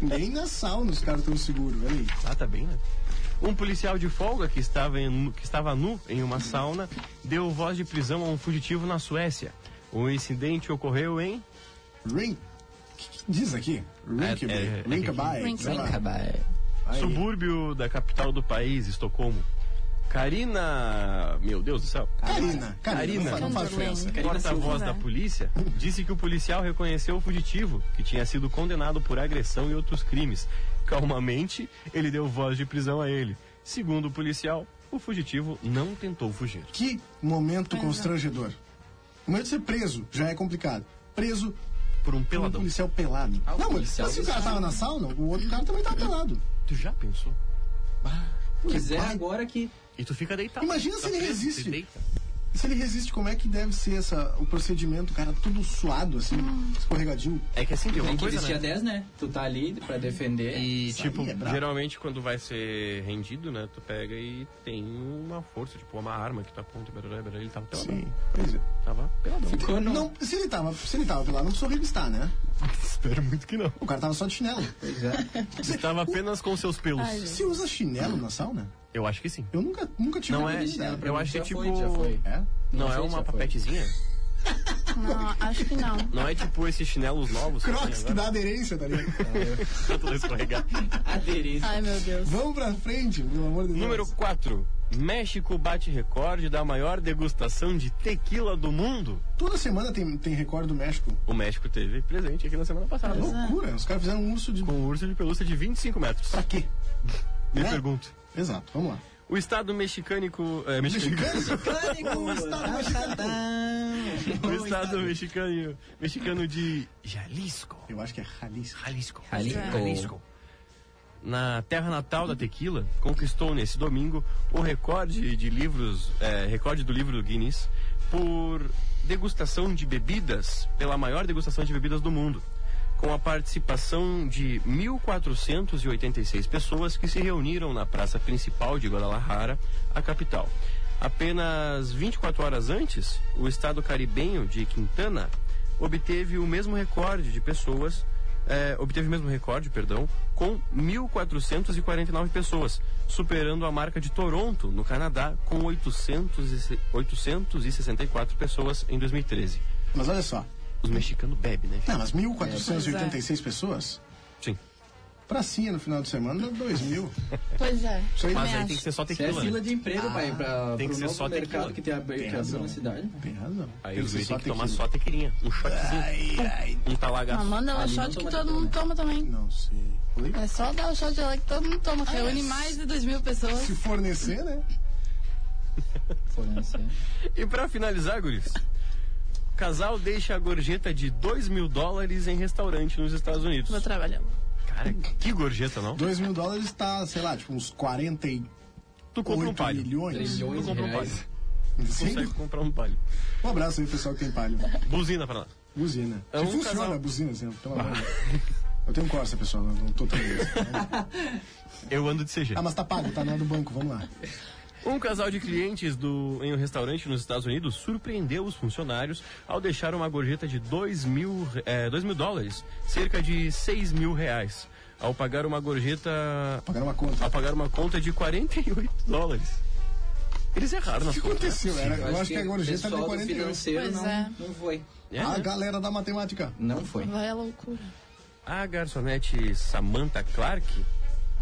S1: Nem na sauna os caras estão seguros, olha aí.
S2: Ah, tá bem, né? Um policial de folga que estava, em- que estava nu em uma sauna deu voz de prisão a um fugitivo na Suécia. O incidente ocorreu em.
S1: Rink. O que, que diz aqui? Rinkaby.
S2: é, é
S1: Rinkaby.
S3: Rink-
S1: sei lá. Aí.
S2: Subúrbio da capital do país, Estocolmo. Karina. Meu Deus do céu.
S1: Karina. Karina. Não, fa- não faz
S3: Karina.
S1: ofensa.
S2: O
S4: Karina
S2: porta-voz
S3: Silva.
S2: da polícia disse que o policial reconheceu o fugitivo, que tinha sido condenado por agressão e outros crimes. Calmamente, ele deu voz de prisão a ele. Segundo o policial, o fugitivo não tentou fugir.
S1: Que momento
S3: é.
S1: constrangedor. O momento de ser preso já é complicado. Preso
S2: Por um
S1: por um
S2: peladão.
S1: policial pelado.
S4: Ah, o
S1: não, mas
S4: policial
S1: se o cara tava na sauna, o outro cara também tava pelado.
S2: Tu já pensou?
S4: Pois é,
S1: pai.
S4: agora que
S2: E tu fica deitado.
S1: Imagina se ele
S2: preso,
S1: resiste.
S2: se deita.
S1: Se ele resiste, como é que deve ser essa, o procedimento? O cara tudo suado, assim,
S3: Hum.
S1: escorregadio.
S2: É que assim, tem
S4: tem
S2: uma
S4: que
S2: coisa,
S4: vestir
S2: né?
S4: a 10, né? Tu tá ali pra defender.
S2: E,
S1: Isso aí
S2: tipo,
S1: é brabo.
S2: geralmente quando vai ser rendido, né? Tu pega e tem uma força, tipo, uma arma que tu aponta, barará, barará, ele tava peladão.
S1: pois é.
S2: Tava peladão.
S4: Ficou no...
S1: Não, se ele tava, se ele tava pelado, não precisou revistar, né?
S2: Espero muito que não.
S1: O cara tava só de chinelo.
S2: Estava apenas com seus pelos.
S3: Ai,
S1: Se usa chinelo na sauna?
S2: Eu acho que sim.
S1: Tipo, Eu nunca, nunca tive
S2: Não é-
S1: habilidade pra
S2: eu
S1: mim.
S2: acho que é
S4: Já
S2: tipo.
S4: foi, já foi.
S1: É?
S2: Não,
S4: Já
S2: é
S4: foi,
S2: uma
S4: já foi.
S2: papetezinha?
S3: Não, acho que não.
S2: Não é tipo esses chinelos novos?
S1: Crocs que
S2: tem
S1: dá aderência, tá ligado?
S2: agora? Tudo escorregado.
S4: Aderência.
S3: Ai, meu Deus.
S1: Vamos pra frente, pelo amor de Deus.
S2: Número 4. México bate recorde da maior degustação de tequila do mundo.
S1: Toda semana tem, tem recorde do México.
S2: O México teve presente aqui na semana passada.
S3: é.
S1: Loucura, os caras fizeram um urso de...
S2: Com um urso de pelúcia de 25 metros.
S1: Pra quê?
S2: Me
S1: né?
S2: pergunto.
S1: Exato, vamos lá.
S2: O estado mexicânico. É, mexicano.
S1: Mexicano?
S4: Tá,
S2: O estado mexicano, mexicano de Jalisco.
S1: Eu acho que é Jalisco.
S2: Jalisco.
S4: Jalisco.
S2: Na terra natal da tequila, conquistou nesse domingo o recorde de livros, eh, recorde do livro do Guinness por degustação de bebidas, pela maior degustação de bebidas do mundo, com a participação de 1.486 pessoas que se reuniram na praça principal de Guadalajara, a capital. Apenas 24 horas antes, o estado caribenho de Quintana obteve o mesmo recorde de pessoas é, obteve o mesmo recorde, perdão, com 1.449 pessoas, superando a marca de Toronto, no Canadá, com 800 e se- 864 pessoas em 2013.
S1: Mas olha só,
S2: Os mexicanos bebem, né?
S1: Não, mas 1.486 pessoas?
S2: Sim.
S1: Pracinha no final de semana, 2 mil.
S3: Pois é.
S1: Isso aí
S2: Mas
S3: Também
S2: aí tem que ser só
S4: Isso é
S2: tequila.
S4: fila
S2: né?
S4: de emprego, pai, pra,
S2: tem
S4: pro
S2: que ser
S4: novo
S2: só tequila.
S4: mercado que tem ab- que abriu na cidade. né?
S1: Tem razão.
S2: Aí
S1: Tem
S2: o juiz
S1: só
S2: tem que tomar
S1: tequila.
S2: só tequilinha. Um shotzinho.
S1: Ai, ai,
S2: Um talagaço.
S3: Não, manda um
S4: Ali não
S3: shot que
S4: toma
S3: todo
S4: tequila,
S3: mundo toma também.
S1: não sei. Oi?
S3: É só dar o shot lá que todo mundo toma. Reúne mais de 2 mil pessoas.
S1: Se fornecer, né?
S4: Fornecer.
S2: E pra finalizar, guris, casal deixa a gorjeta de 2 mil dólares em restaurante nos Estados Unidos.
S3: Vou trabalhar.
S2: Cara, que gorjeta, não?
S1: 2 mil dólares tá, sei lá, tipo uns 48
S2: Tu compra um palho.
S1: milhões.
S4: Trilhões de
S2: Compra um
S4: reais.
S2: palho.
S1: Sim.
S2: Consegue comprar um palho.
S1: Um abraço aí, pessoal, que tem palho.
S2: Buzina pra lá.
S1: Buzina.
S2: É
S1: Se
S2: um
S1: funciona
S2: casal.
S1: a buzina, assim, pelo amor de Deus. Eu tenho um Corsa, pessoal, não, não tô tão bem.
S2: Eu ando de CG.
S1: Ah, mas tá pago, tá na do banco, vamos lá.
S2: Um casal de clientes do, em um restaurante nos Estados Unidos surpreendeu os funcionários ao deixar uma gorjeta de 2 mil, eh, dois mil dólares, cerca de 6 mil reais, ao pagar uma gorjeta.
S1: Pagaram uma conta.
S2: ao pagar uma conta de 48 dólares. Eles erraram
S1: O
S2: nas
S1: que
S2: contas.
S1: aconteceu? Era, eu acho que a gorjeta
S4: pessoal
S1: deu
S4: do
S1: 48.
S4: financeiro
S3: Pois
S4: não,
S3: é.
S4: não foi.
S2: É,
S1: um. A
S2: né?
S1: galera da matemática.
S4: Não foi.
S3: Vai a loucura.
S2: A garçonete Samantha Clark,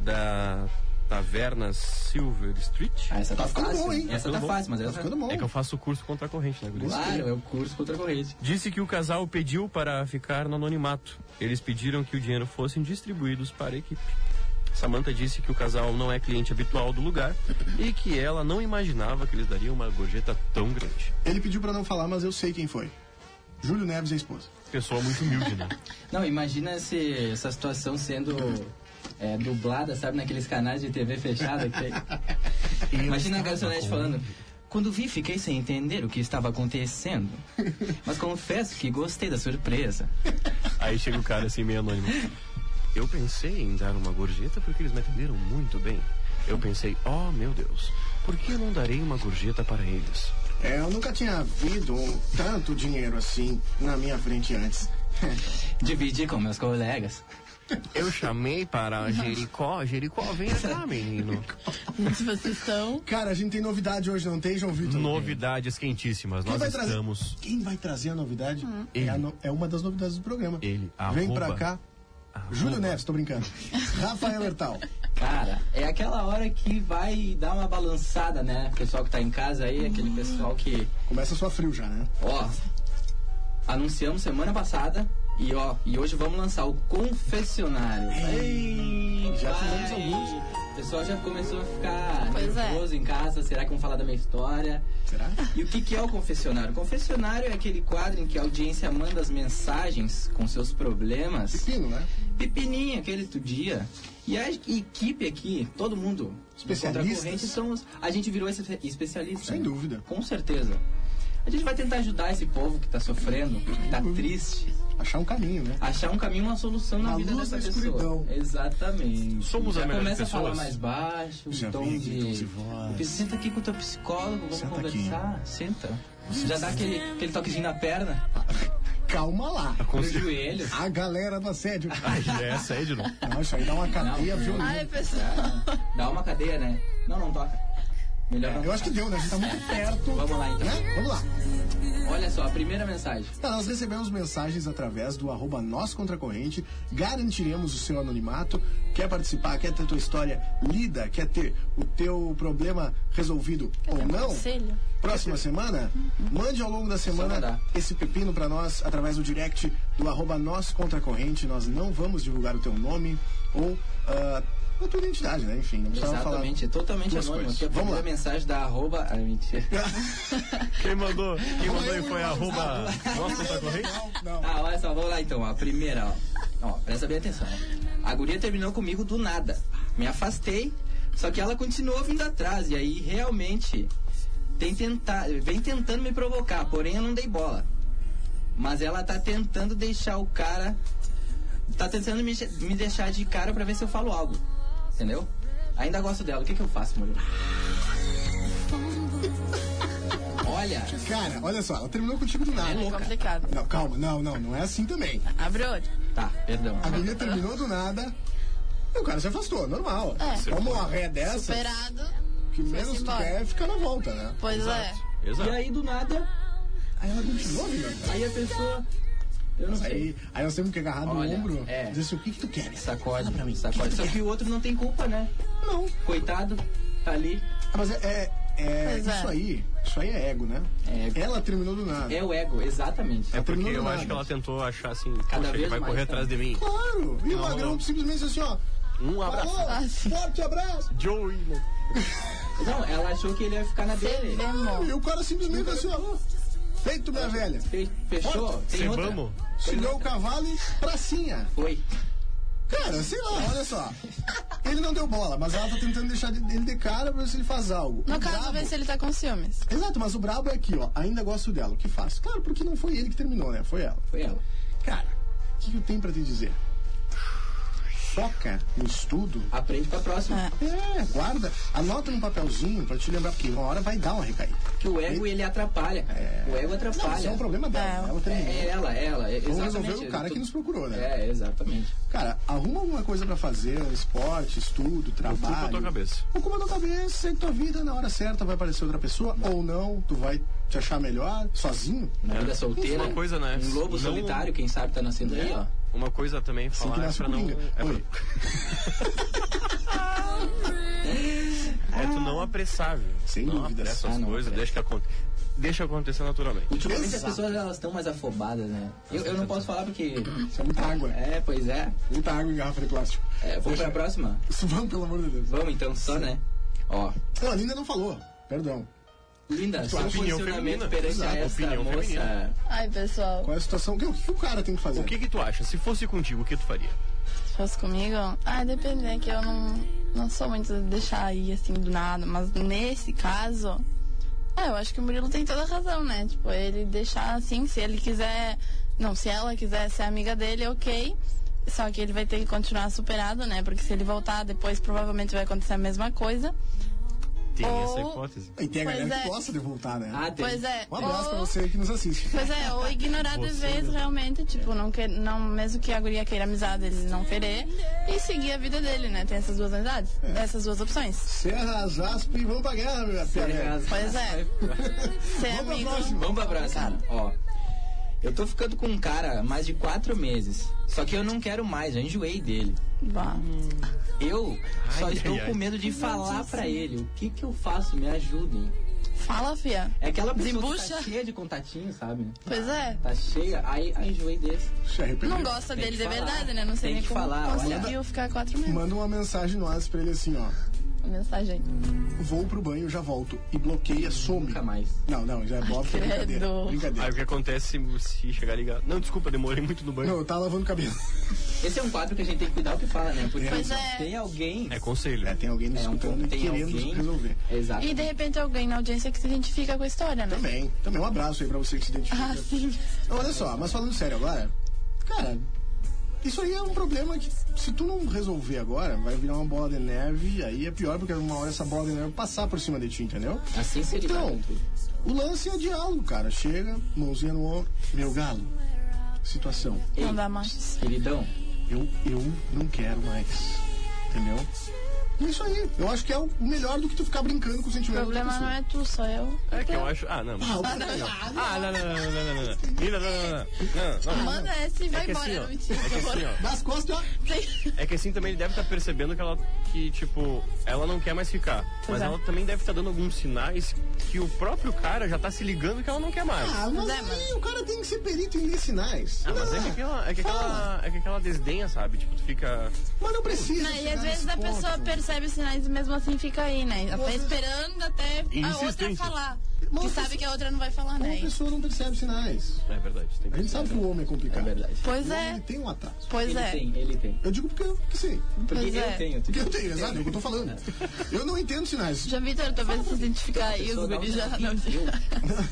S2: da taverna Silver Street.
S4: Ah, essa tá,
S1: Tá ficando
S4: fácil.
S1: bom, hein?
S4: Essa tá
S2: bom.
S4: fácil, mas
S1: Tá
S4: essa
S1: ficando bom.
S2: É que eu faço o curso contra a corrente, né, Guris?
S4: Claro, é o curso contra a corrente.
S2: Disse que o casal pediu para ficar no anonimato. Eles pediram que o dinheiro fossem distribuídos para a equipe. Samantha disse que o casal não é cliente habitual do lugar e que ela não imaginava que eles dariam uma gorjeta tão grande.
S1: Ele pediu pra não falar, mas eu sei quem foi. Júlio Neves e a esposa.
S2: Pessoa muito humilde, né?
S4: Não, imagina esse, essa situação sendo é, dublada, sabe, naqueles canais de TV fechada que tem. Imagina a garçonete falando. Quando vi, fiquei sem entender o que estava acontecendo. Mas confesso que gostei da surpresa.
S2: Aí chega o cara assim, meio anônimo. Eu pensei em dar uma gorjeta porque eles me atenderam muito bem. Eu pensei, oh meu Deus, por que eu não darei uma gorjeta para eles?
S1: É, eu nunca tinha visto um tanto dinheiro assim na minha frente antes.
S4: Dividi com meus colegas.
S2: Eu chamei para Jericó. Jericó, vem cá, menino.
S3: Gente, vocês estão.
S1: Cara, a gente tem novidade hoje, não tem, João Vitor?
S2: Novidades quentíssimas.
S1: Quem
S2: Nós
S1: vai, trazer,
S2: estamos.
S1: quem vai trazer a novidade é, a no- é uma das novidades do programa.
S2: Ele,
S1: Vem
S2: arroba.
S1: pra cá. Júlio Neves, tô brincando. Rafael Hertal.
S4: Cara, é aquela hora que vai dar uma balançada, né? Pessoal que tá em casa aí, aquele pessoal que
S1: Começa a sua frio já, né?
S4: Ó, anunciamos semana passada e ó, e hoje vamos lançar o confessionário.
S1: já
S4: Vai.
S1: fizemos alguns.
S4: O pessoal já começou a ficar
S3: Pois é.
S4: nervoso em casa, será que vão falar da minha história?
S1: Será?
S4: E o que, que é o confessionário? O confessionário é aquele quadro em que a audiência manda as mensagens com seus problemas
S1: Pepino, né?
S4: pepininha aquele do dia. E a equipe aqui, todo mundo,
S1: Especialistas.
S4: do Contracorrente, somos, a gente virou esse especialista.
S1: Sem dúvida.
S4: Com certeza. A gente vai tentar ajudar esse povo que tá sofrendo, que tá triste,
S1: Achar um caminho, né?
S4: achar um caminho, uma solução na
S1: Uma
S4: vida
S1: luz
S4: dessa
S1: na
S4: pessoa.
S1: escuridão.
S4: Exatamente.
S2: Somos
S4: Já
S2: a melhor
S4: começa a
S2: pessoas.
S4: falar mais baixo, um
S1: Já
S4: tom
S1: vem aquele tom
S4: de.
S1: de voz.
S4: Você Senta aqui com o teu psicólogo, vamos
S1: Senta aqui.
S4: conversar. Senta. Já dá aquele, aquele toquezinho na perna,
S1: Calma lá.
S4: no joelho.
S1: A galera do assédio.
S2: Ai, essa é de novo.
S1: Não, isso aí dá uma cadeia
S3: Ai,
S1: violenta.
S3: pessoal.
S4: Dá uma cadeia, né? Não, não toca. Melhor não
S1: Eu acho que
S4: tocar.
S1: deu, né? A gente tá muito perto.
S4: Vamos lá, então.
S1: Né? Vamos lá.
S4: Olha só, a primeira mensagem.
S1: Tá, nós recebemos mensagens através do arroba Nós Contra a Corrente, garantiremos o seu anonimato. Quer participar, quer ter tua história lida, quer ter o teu problema resolvido ou
S3: ter um
S1: não?
S3: conselho? Uhum.
S1: Próxima semana, mande ao longo da semana
S4: mandar.
S1: esse pepino pra nós através do direct do arroba Nós Contra a Corrente. Nós não vamos divulgar o teu nome ou ah, a tua identidade, né? Enfim, não precisava falar.
S4: Exatamente, é totalmente
S1: duas
S4: anônimo.
S1: coisas.
S4: Aqui a
S1: Vamos
S4: primeira
S1: lá.
S4: mensagem da arroba. Ah, mentira.
S2: Quem mandou? Quem mandou aí foi arroba. Nossa, tá conta corrente?
S1: Não, não.
S4: Ah, olha só, vamos lá então. A primeira, ó. Ó, presta bem atenção. A guria terminou comigo do nada. Me afastei, só que ela continuou vindo atrás. E aí realmente tem tentar, vem tentando me provocar, porém eu não dei bola. Mas ela tá tentando deixar o cara. Tá tentando me, me deixar de cara pra ver se eu falo algo. Entendeu? Ainda gosto dela. O que, que eu faço, mulher? Olha,
S1: Cara, olha só, ela terminou contigo do
S4: é
S1: nada.
S4: louca.
S3: Complicado.
S1: Não, calma, não, não, não é assim também.
S3: Abre o olho.
S4: Tá, perdão.
S1: A guria terminou do nada. E o cara se afastou, normal.
S3: É.
S1: Vamos uma ré dessa,
S3: Esperado.
S1: que menos tu
S3: embora.
S1: quer, fica na volta, né?
S3: Pois é.
S4: E
S2: Exato.
S4: aí do nada
S1: Aí ela continuou, menina.
S4: Aí a pessoa. Eu não
S1: Mas
S4: sei.
S1: Aí, aí nós temos que agarrar no
S4: Olha,
S1: ombro
S4: é.
S1: e dizer assim, o que que tu queres?
S4: Sacode,
S1: Fala pra mim.
S4: sacode. Só que o outro não tem culpa, né?
S1: Não.
S4: Coitado, tá ali.
S1: Mas é, é, é
S3: Pois é.
S1: isso aí. Isso aí é ego, né?
S4: É ego.
S1: Ela terminou do nada.
S4: É o ego, exatamente.
S1: Ela
S2: Porque
S1: terminou do
S2: eu
S1: nada.
S2: acho que ela tentou achar assim,
S4: Cada
S2: poxa, ele
S4: vez
S2: vai
S4: mais,
S2: correr
S4: cara.
S2: atrás de mim.
S1: Claro! E o magrão
S2: não.
S1: simplesmente disse assim, ó.
S2: Um abraço.
S1: Falou, forte abraço!
S2: Joey, né?
S4: Não, ela achou que ele ia ficar na dele.
S1: E
S3: Bemo.
S1: o cara simplesmente disse assim, ó. Feito, minha velha.
S4: Fe- Fechou? Tem outra?
S2: Vamos?
S1: Chegou o cavalo e pracinha.
S4: Oi.
S1: Cara, sei lá, olha só. Ele não deu bola, mas ela tá tentando deixar de- ele de cara pra ver se ele faz algo.
S3: No
S1: O
S3: caso,
S1: brabo-
S3: ver se ele tá com ciúmes.
S1: Exato, mas o brabo é aqui, ó. Ainda gosto dela. O que faço? Claro, porque não foi ele que terminou, né? Foi ela.
S4: Foi ela.
S1: Cara, o que, que eu tenho pra te dizer? Foca no estudo.
S4: Aprende pra próxima.
S3: É.
S1: É, guarda. Anota num papelzinho pra te lembrar, porque uma hora vai dar um uma recaída.
S4: Que o ego, ele atrapalha, cara. O ego
S1: Não, mas isso
S4: atrapalha.
S1: é um problema dela.
S3: É.
S1: Ela terminou.
S4: É ela, ela. é-
S1: Vamos
S4: Exatamente.
S1: resolver o cara que nos procurou, né?
S4: É, exatamente.
S1: Cara, arruma alguma coisa pra fazer, um esporte, estudo, trabalho.
S2: Ocupa a tua cabeça.
S1: Ocupa a tua cabeça, segue tua vida, na hora certa vai aparecer outra pessoa, ou não, tu vai te achar melhor, sozinho.
S4: Na vida solteira.
S2: Uma coisa, né?
S4: Um lobo
S2: Não-
S4: solitário, quem sabe tá nascendo
S1: Né?
S4: aí, ó.
S2: Uma coisa também
S1: Assim que
S2: falar é
S1: nasce o
S2: pra não.
S1: Coringa.
S2: É, pra-
S1: Oi.
S2: é tu não apressar, viu?
S1: Sem
S2: não
S1: dúvidas.
S2: Apressa as
S4: Ah, não
S2: coisas, deixa, que aconte... deixa acontecer naturalmente.
S4: Ultimamente
S1: Exato.
S4: as pessoas elas estão mais afobadas, né? Eu, eu não posso falar porque.
S1: Isso é muita água.
S4: É, pois é.
S1: Muita água em garrafa de plástico.
S4: é vamos pra próxima?
S1: Isso vamos, pelo amor de Deus.
S4: Vamos então, só, né? Ó.
S1: Não, a Linda não falou. Perdão.
S4: Linda, seu
S2: Tipo, Opinião
S4: posicionamento
S2: feminina.
S4: perante a
S2: Exato,
S4: essa
S2: opinião
S4: moça.
S2: feminina.
S3: Ai, pessoal.
S1: Qual é a situação? O que, o que o cara tem que fazer?
S2: O que que tu acha? Se fosse contigo, o que tu faria?
S3: Se fosse comigo, ah, depende, né? Que eu não, não sou muito de deixar aí assim do nada, mas nesse caso, é, eu acho que o Murilo tem toda a razão, né? Tipo, ele deixar assim, se ele quiser, não, se ela quiser ser amiga dele, ok. Só que ele vai ter que continuar superado, né? Porque se ele voltar depois, provavelmente vai acontecer a mesma coisa.
S2: Tem
S3: Ou-
S2: essa hipótese.
S1: E tem a
S3: Pois
S1: galera que
S3: é.
S1: gosta de voltar, né?
S4: Ah, tem.
S3: Pois é.
S1: Um abraço pra
S3: ou-
S1: você que nos assiste.
S3: Pois é, ou ignorar de vez realmente, tipo, não que, não, mesmo que a guria queira amizade, ele não querer, e seguir a vida dele, né? Tem essas duas amizades, essas duas opções.
S1: Serra, Zasp e vamos pra guerra, meu
S4: Serra-
S3: Pois é. Ser
S1: Vamos pra
S3: amigo.
S1: próxima.
S4: Tá Vamos pra próxima. Ó. Eu tô ficando com um cara há mais de quatro meses. Só que eu não quero mais, já enjoei dele.
S3: Bah.
S4: Eu só
S2: Ai,
S4: estou
S2: ai,
S4: com
S2: ai.
S4: medo de falar pra ele. O que que eu faço? Me ajudem.
S3: Fala, fia.
S4: É aquela pessoa que tá
S3: Desembucha.
S4: cheia de contatinhos, sabe?
S3: Pois é.
S4: Tá cheia, aí, aí enjoei desse.
S1: Se arrependeu.
S3: Não gosta
S4: Tem
S3: dele
S4: que
S3: de
S4: falar.
S3: verdade, né? Não sei
S4: Tem
S3: nem
S4: que
S3: como
S4: falar, olha.
S3: conseguiu ficar quatro meses.
S1: Manda uma mensagem no WhatsApp pra ele assim, ó.
S3: A Mensagem.
S1: Vou pro banho, já volto. E bloqueia, some.
S4: Nunca mais.
S1: Não, não, já é bloco, é
S3: credo.
S1: brincadeira. Brincadeira.
S2: Aí o que acontece se, se chegar ligado? Não, desculpa, demorei muito no banho.
S1: Não, eu tava lavando o cabelo.
S4: Esse é um quadro que a gente tem que cuidar o que fala, né? Porque
S3: Pois é.
S4: tem alguém.
S2: É conselho.
S1: É, tem alguém nos
S4: É um
S1: escutando
S4: pouco,
S1: e
S4: tem
S1: querendo
S4: alguém.
S1: resolver.
S4: Exato.
S3: E de repente alguém na audiência que se identifica com a história, né?
S1: Também, também um abraço aí pra você que se identifica.
S3: Ah, sim.
S1: Olha só, mas falando sério agora, cara, isso aí é um problema que se tu não resolver agora, vai virar uma bola de neve e aí é pior porque uma hora essa bola de neve vai passar por cima de ti, entendeu?
S4: A sinceridade.
S1: Então, o lance é diálogo, cara. Chega, mãozinha no ombro, meu galo. Situação,
S3: Não
S4: Ei,
S3: dá mais.
S4: Queridão,
S1: eu, eu não quero mais. Entendeu? É Isso aí, eu acho que é o melhor do que tu ficar brincando com o
S3: O
S1: sentimento.
S3: problema não
S1: da
S3: é tu, sou eu.
S2: É que eu acho. Ah, não.
S1: pessoa.
S2: Ah,
S1: Ah, o problema
S2: não, não, não, não, não, não, não. Mira, não, não, não. Não, não.
S3: Manda essa e vai
S2: É que assim,
S3: embora.
S2: ó.
S3: não mentira,
S2: É que assim, ó.
S1: Das costas, ó.
S2: É que assim também ele deve estar percebendo que ela, que tipo, ela não quer mais ficar. Mas
S3: é.
S2: ela também deve estar dando alguns sinais que o próprio cara já tá se ligando que ela não quer mais.
S1: Ah, mas,
S3: Mas é, mas-
S1: aí o cara tem que ser perito em ler sinais.
S2: Ah, mas é que aquela, é que aquela, é que aquela desdenha, sabe? Tipo, tu fica.
S1: Ah, Mas não precisa.
S3: Não, e
S1: chegar
S3: às vezes
S1: nesse
S3: a
S1: ponto.
S3: pessoa percebe os sinais e mesmo assim fica aí, né? Ela tá
S1: Às vezes-
S3: esperando até a outra
S2: Insistente.
S3: falar.
S1: Uma
S3: Que
S1: pessoa-
S3: sabe que a outra não vai falar,
S1: Uma
S3: né?
S1: pessoa não percebe sinais.
S2: É verdade, tem
S1: A gente sabe que o homem é
S4: é
S1: complicado.
S4: verdade.
S3: Pois
S1: O homem
S3: é,
S1: tem um atraso.
S3: pois
S4: ele
S3: é.
S4: tem, ele tem.
S1: Eu digo porque eu que sei.
S4: Porque
S3: Pois
S4: eu
S3: é.
S4: tenho.
S1: Porque eu tenho, exato, é o que eu tô falando. Eu não entendo sinais.
S3: Já Vitor, talvez se identificar aí, os
S4: Pessoa
S3: guris
S4: dá
S3: já
S4: um
S3: não.
S4: tempinho.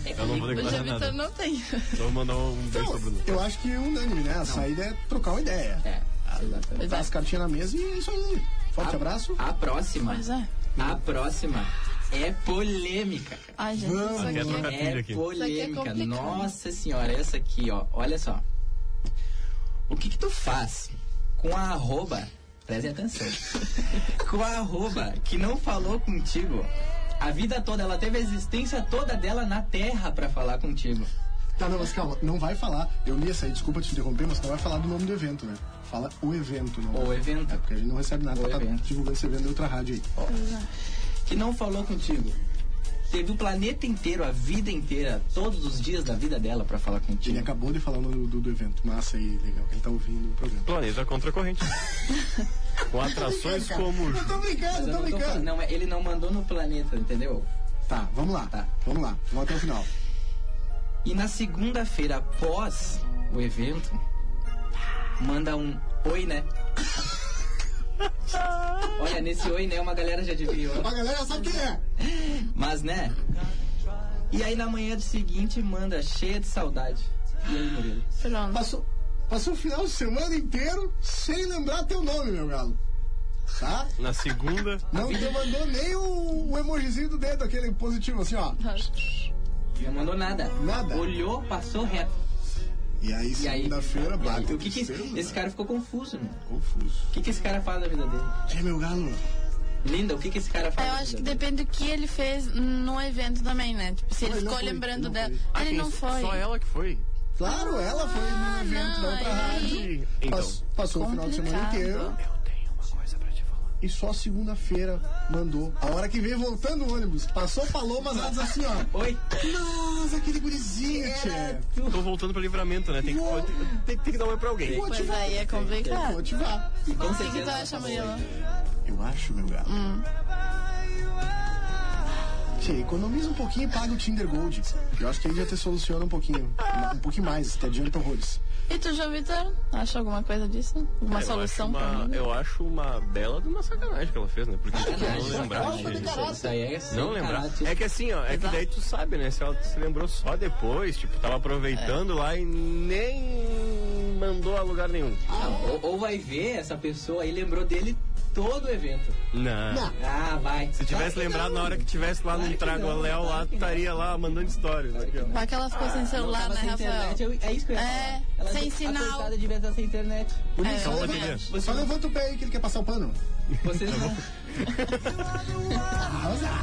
S2: Eu não vou
S3: O Jean
S2: declarar
S3: Vitor
S2: nada.
S3: não tem.
S2: Vou mandar um beijo
S1: Então,
S2: pra Bruno.
S1: eu acho que é unânime, né? A saída é trocar uma ideia.
S4: É, exatamente.
S1: Dá as cartinhas na mesa e é isso aí. Forte abraço.
S4: A próxima.
S3: Pois é.
S4: A próxima é polêmica. cara.
S3: Ai, gente, isso
S2: Até
S3: aqui
S1: Tá
S2: trocar
S3: é.
S2: pilha
S4: É
S2: aqui.
S3: Isso aqui
S4: polêmica.
S3: é complicado.
S4: Nossa senhora, essa aqui, ó. Olha só. O que que tu faz com a arroba... Prestem atenção. com a arroba que não falou contigo... A vida toda, ela teve a existência toda dela na Terra pra falar contigo.
S1: Tá, não, mas calma, não vai falar. Eu li essa aí, desculpa te interromper, mas não vai falar do nome do evento, né? Fala o evento, não.
S4: O evento.
S1: É, porque a gente não recebe nada
S4: O
S1: pra tá
S4: evento.
S1: divulgando esse evento em outra rádio aí. Ó,
S4: que não falou contigo. Teve o planeta inteiro, a vida inteira, todos os dias da vida dela pra falar
S1: ele
S4: contigo.
S1: acabou de falar o nome do, do evento. Massa aí, legal, que ele tá ouvindo o programa.
S2: Planeta Contra a Corrente. Com atrações como
S1: Eu tô
S4: Mas
S1: brincando, eu tô
S4: eu não tô falando- né?
S1: brincando.
S4: não, ele não mandou no planeta, entendeu?
S1: Tá, vamos lá,
S4: Tá.
S1: vamos lá, vamos até o final.
S4: E na segunda-feira, após o evento, manda um oi, né? Olha, nesse oi, né, uma galera já adivinhou.
S1: A galera sabe quem é.
S4: Mas, né? E aí na manhã do seguinte, manda cheia de saudade. E aí, Murilo?
S3: Pronto.
S1: Passou, passou o final de semana inteiro sem lembrar teu nome, meu galo. Tá?
S2: na segunda.
S1: Não te mandou nem o, o emojizinho do dedo, aquele positivo, assim, ó.
S4: Não mandou nada.
S1: Nada.
S4: Olhou, passou reto.
S1: E aí,
S4: E aí,
S1: segunda-feira, bate.
S4: o que que
S1: tristeza,
S4: esse
S1: né?
S4: cara ficou confuso, né?
S1: Confuso.
S4: O que que esse cara faz da vida dele?
S1: Ei, É meu galo.
S4: Linda, o que que esse cara faz?
S3: Eu
S4: da
S3: acho que
S4: vida dele?
S3: depende do que ele fez no evento também, né? Tipo, se ele
S1: Não, ele não
S3: ficou
S1: foi, ele
S3: lembrando
S1: não
S3: dela.
S1: foi.
S2: Ah,
S3: ele
S2: quem-
S3: não foi.
S2: Só ela que foi.
S1: Claro, ela foi no
S3: Ah,
S1: evento
S3: não,
S1: da outra
S3: aí-
S1: rádio.
S2: E- Então,
S1: Pass- passou o final de semana
S3: complicado.
S1: inteiro. Eu tenho uma coisa pra te falar. E só segunda-feira mandou. A hora que veio voltando o ônibus. Passou, falou, mas ela diz assim, ó. tipo,
S4: Oi?
S1: Nossa, aquele gurizinho, tchê.
S2: tô voltando pro livramento, né? Tem que,
S1: Uou.
S2: tem- tem, tem que dar um oi pra alguém.
S3: Pois aí é complicado.
S1: Motivar.
S4: Com
S3: O que, que tu
S4: certeza.
S3: acha, Murilo?
S1: Eu acho, meu galo.
S3: Hum.
S1: Tchê, economiza um pouquinho e paga o Tinder Gold. Eu acho que aí já te soluciona um pouquinho. Um pouquinho mais, até adianta horrores.
S3: E tu, João Vitor? Acha alguma coisa disso? Alguma
S2: É, Eu
S3: solução
S2: acho
S3: pra
S2: uma,
S3: mim?
S2: Eu acho uma bela de uma sacanagem que ela fez, né? Porque tipo, não lembrar de...
S4: Isso aí é sem
S2: Não lembrar.
S4: caráter.
S2: É que assim, ó, é que daí tu sabe, né? Se ela se lembrou só depois, tipo, tava
S4: É.
S2: aproveitando lá e nem mandou a lugar nenhum.
S4: Não, ou, ou vai ver essa pessoa aí lembrou dele todo o evento.
S2: Não.
S4: Ah, vai.
S2: Se tivesse lembrado na hora que tivesse lá
S4: Claro
S2: num
S4: que não,
S2: tragoléu lá,
S4: claro que não.
S2: estaria lá mandando histórias. aqui, ó.
S3: Pra que ela ficou sem celular,
S4: Tava
S3: né,
S4: sem
S3: Rafael?
S4: internet, eu- é isso que eu ia
S3: É,
S4: falar. Ela
S3: sem
S4: devia-
S3: sinal.
S4: A coitada devia estar sem internet.
S1: Por
S3: É,
S1: isso,
S3: eu
S1: só,
S3: também
S1: levanta,
S3: acho.
S1: só levanta o pé aí que ele quer passar o pano.
S4: Vocês não...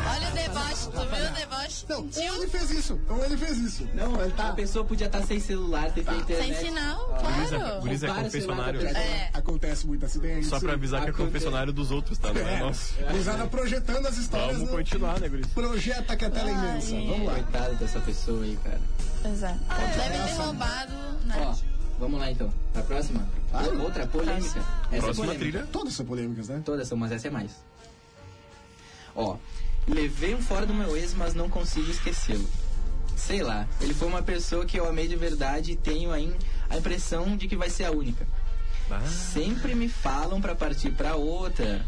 S3: Olha o deboche, tu viu o deboche?
S1: Não,
S3: Tio,
S1: ou ele fez isso, ou ele fez isso.
S4: Não,
S1: ele
S4: a
S1: tá.
S4: pessoa podia estar sem celular, sem
S3: Sem
S4: internet.
S3: sinal,
S2: Guriza,
S3: claro.
S2: guriza é
S4: Vários
S2: confessionário.
S4: celulares
S3: É.
S1: Acontece muito acidente.
S2: Só pra avisar que é
S4: Acontece.
S2: confessionário dos outros, tá? Não é
S1: É,
S2: nosso.
S1: Cruzada projetando as histórias.
S2: Vamos
S1: no-
S2: continuar, né, Guriza?
S1: Projeta que a tela é
S3: Ai.
S1: imensa. Vamos lá.
S4: Coitado dessa pessoa aí, cara.
S3: Pois é. Deve ter roubado, né?
S4: Ó, vamos lá então. Pra próxima?
S1: Claro.
S4: Outra polêmica. Essa é
S2: Próxima
S4: polêmica.
S2: trilha.
S1: Todas são polêmicas, né?
S4: Todas são, mas essa é mais. Ó, levei um fora do meu ex, mas não consigo esquecê-lo. Sei lá, ele foi uma pessoa que eu amei de verdade e tenho aí a impressão de que vai ser a única. Ah. Sempre me falam pra partir pra outra.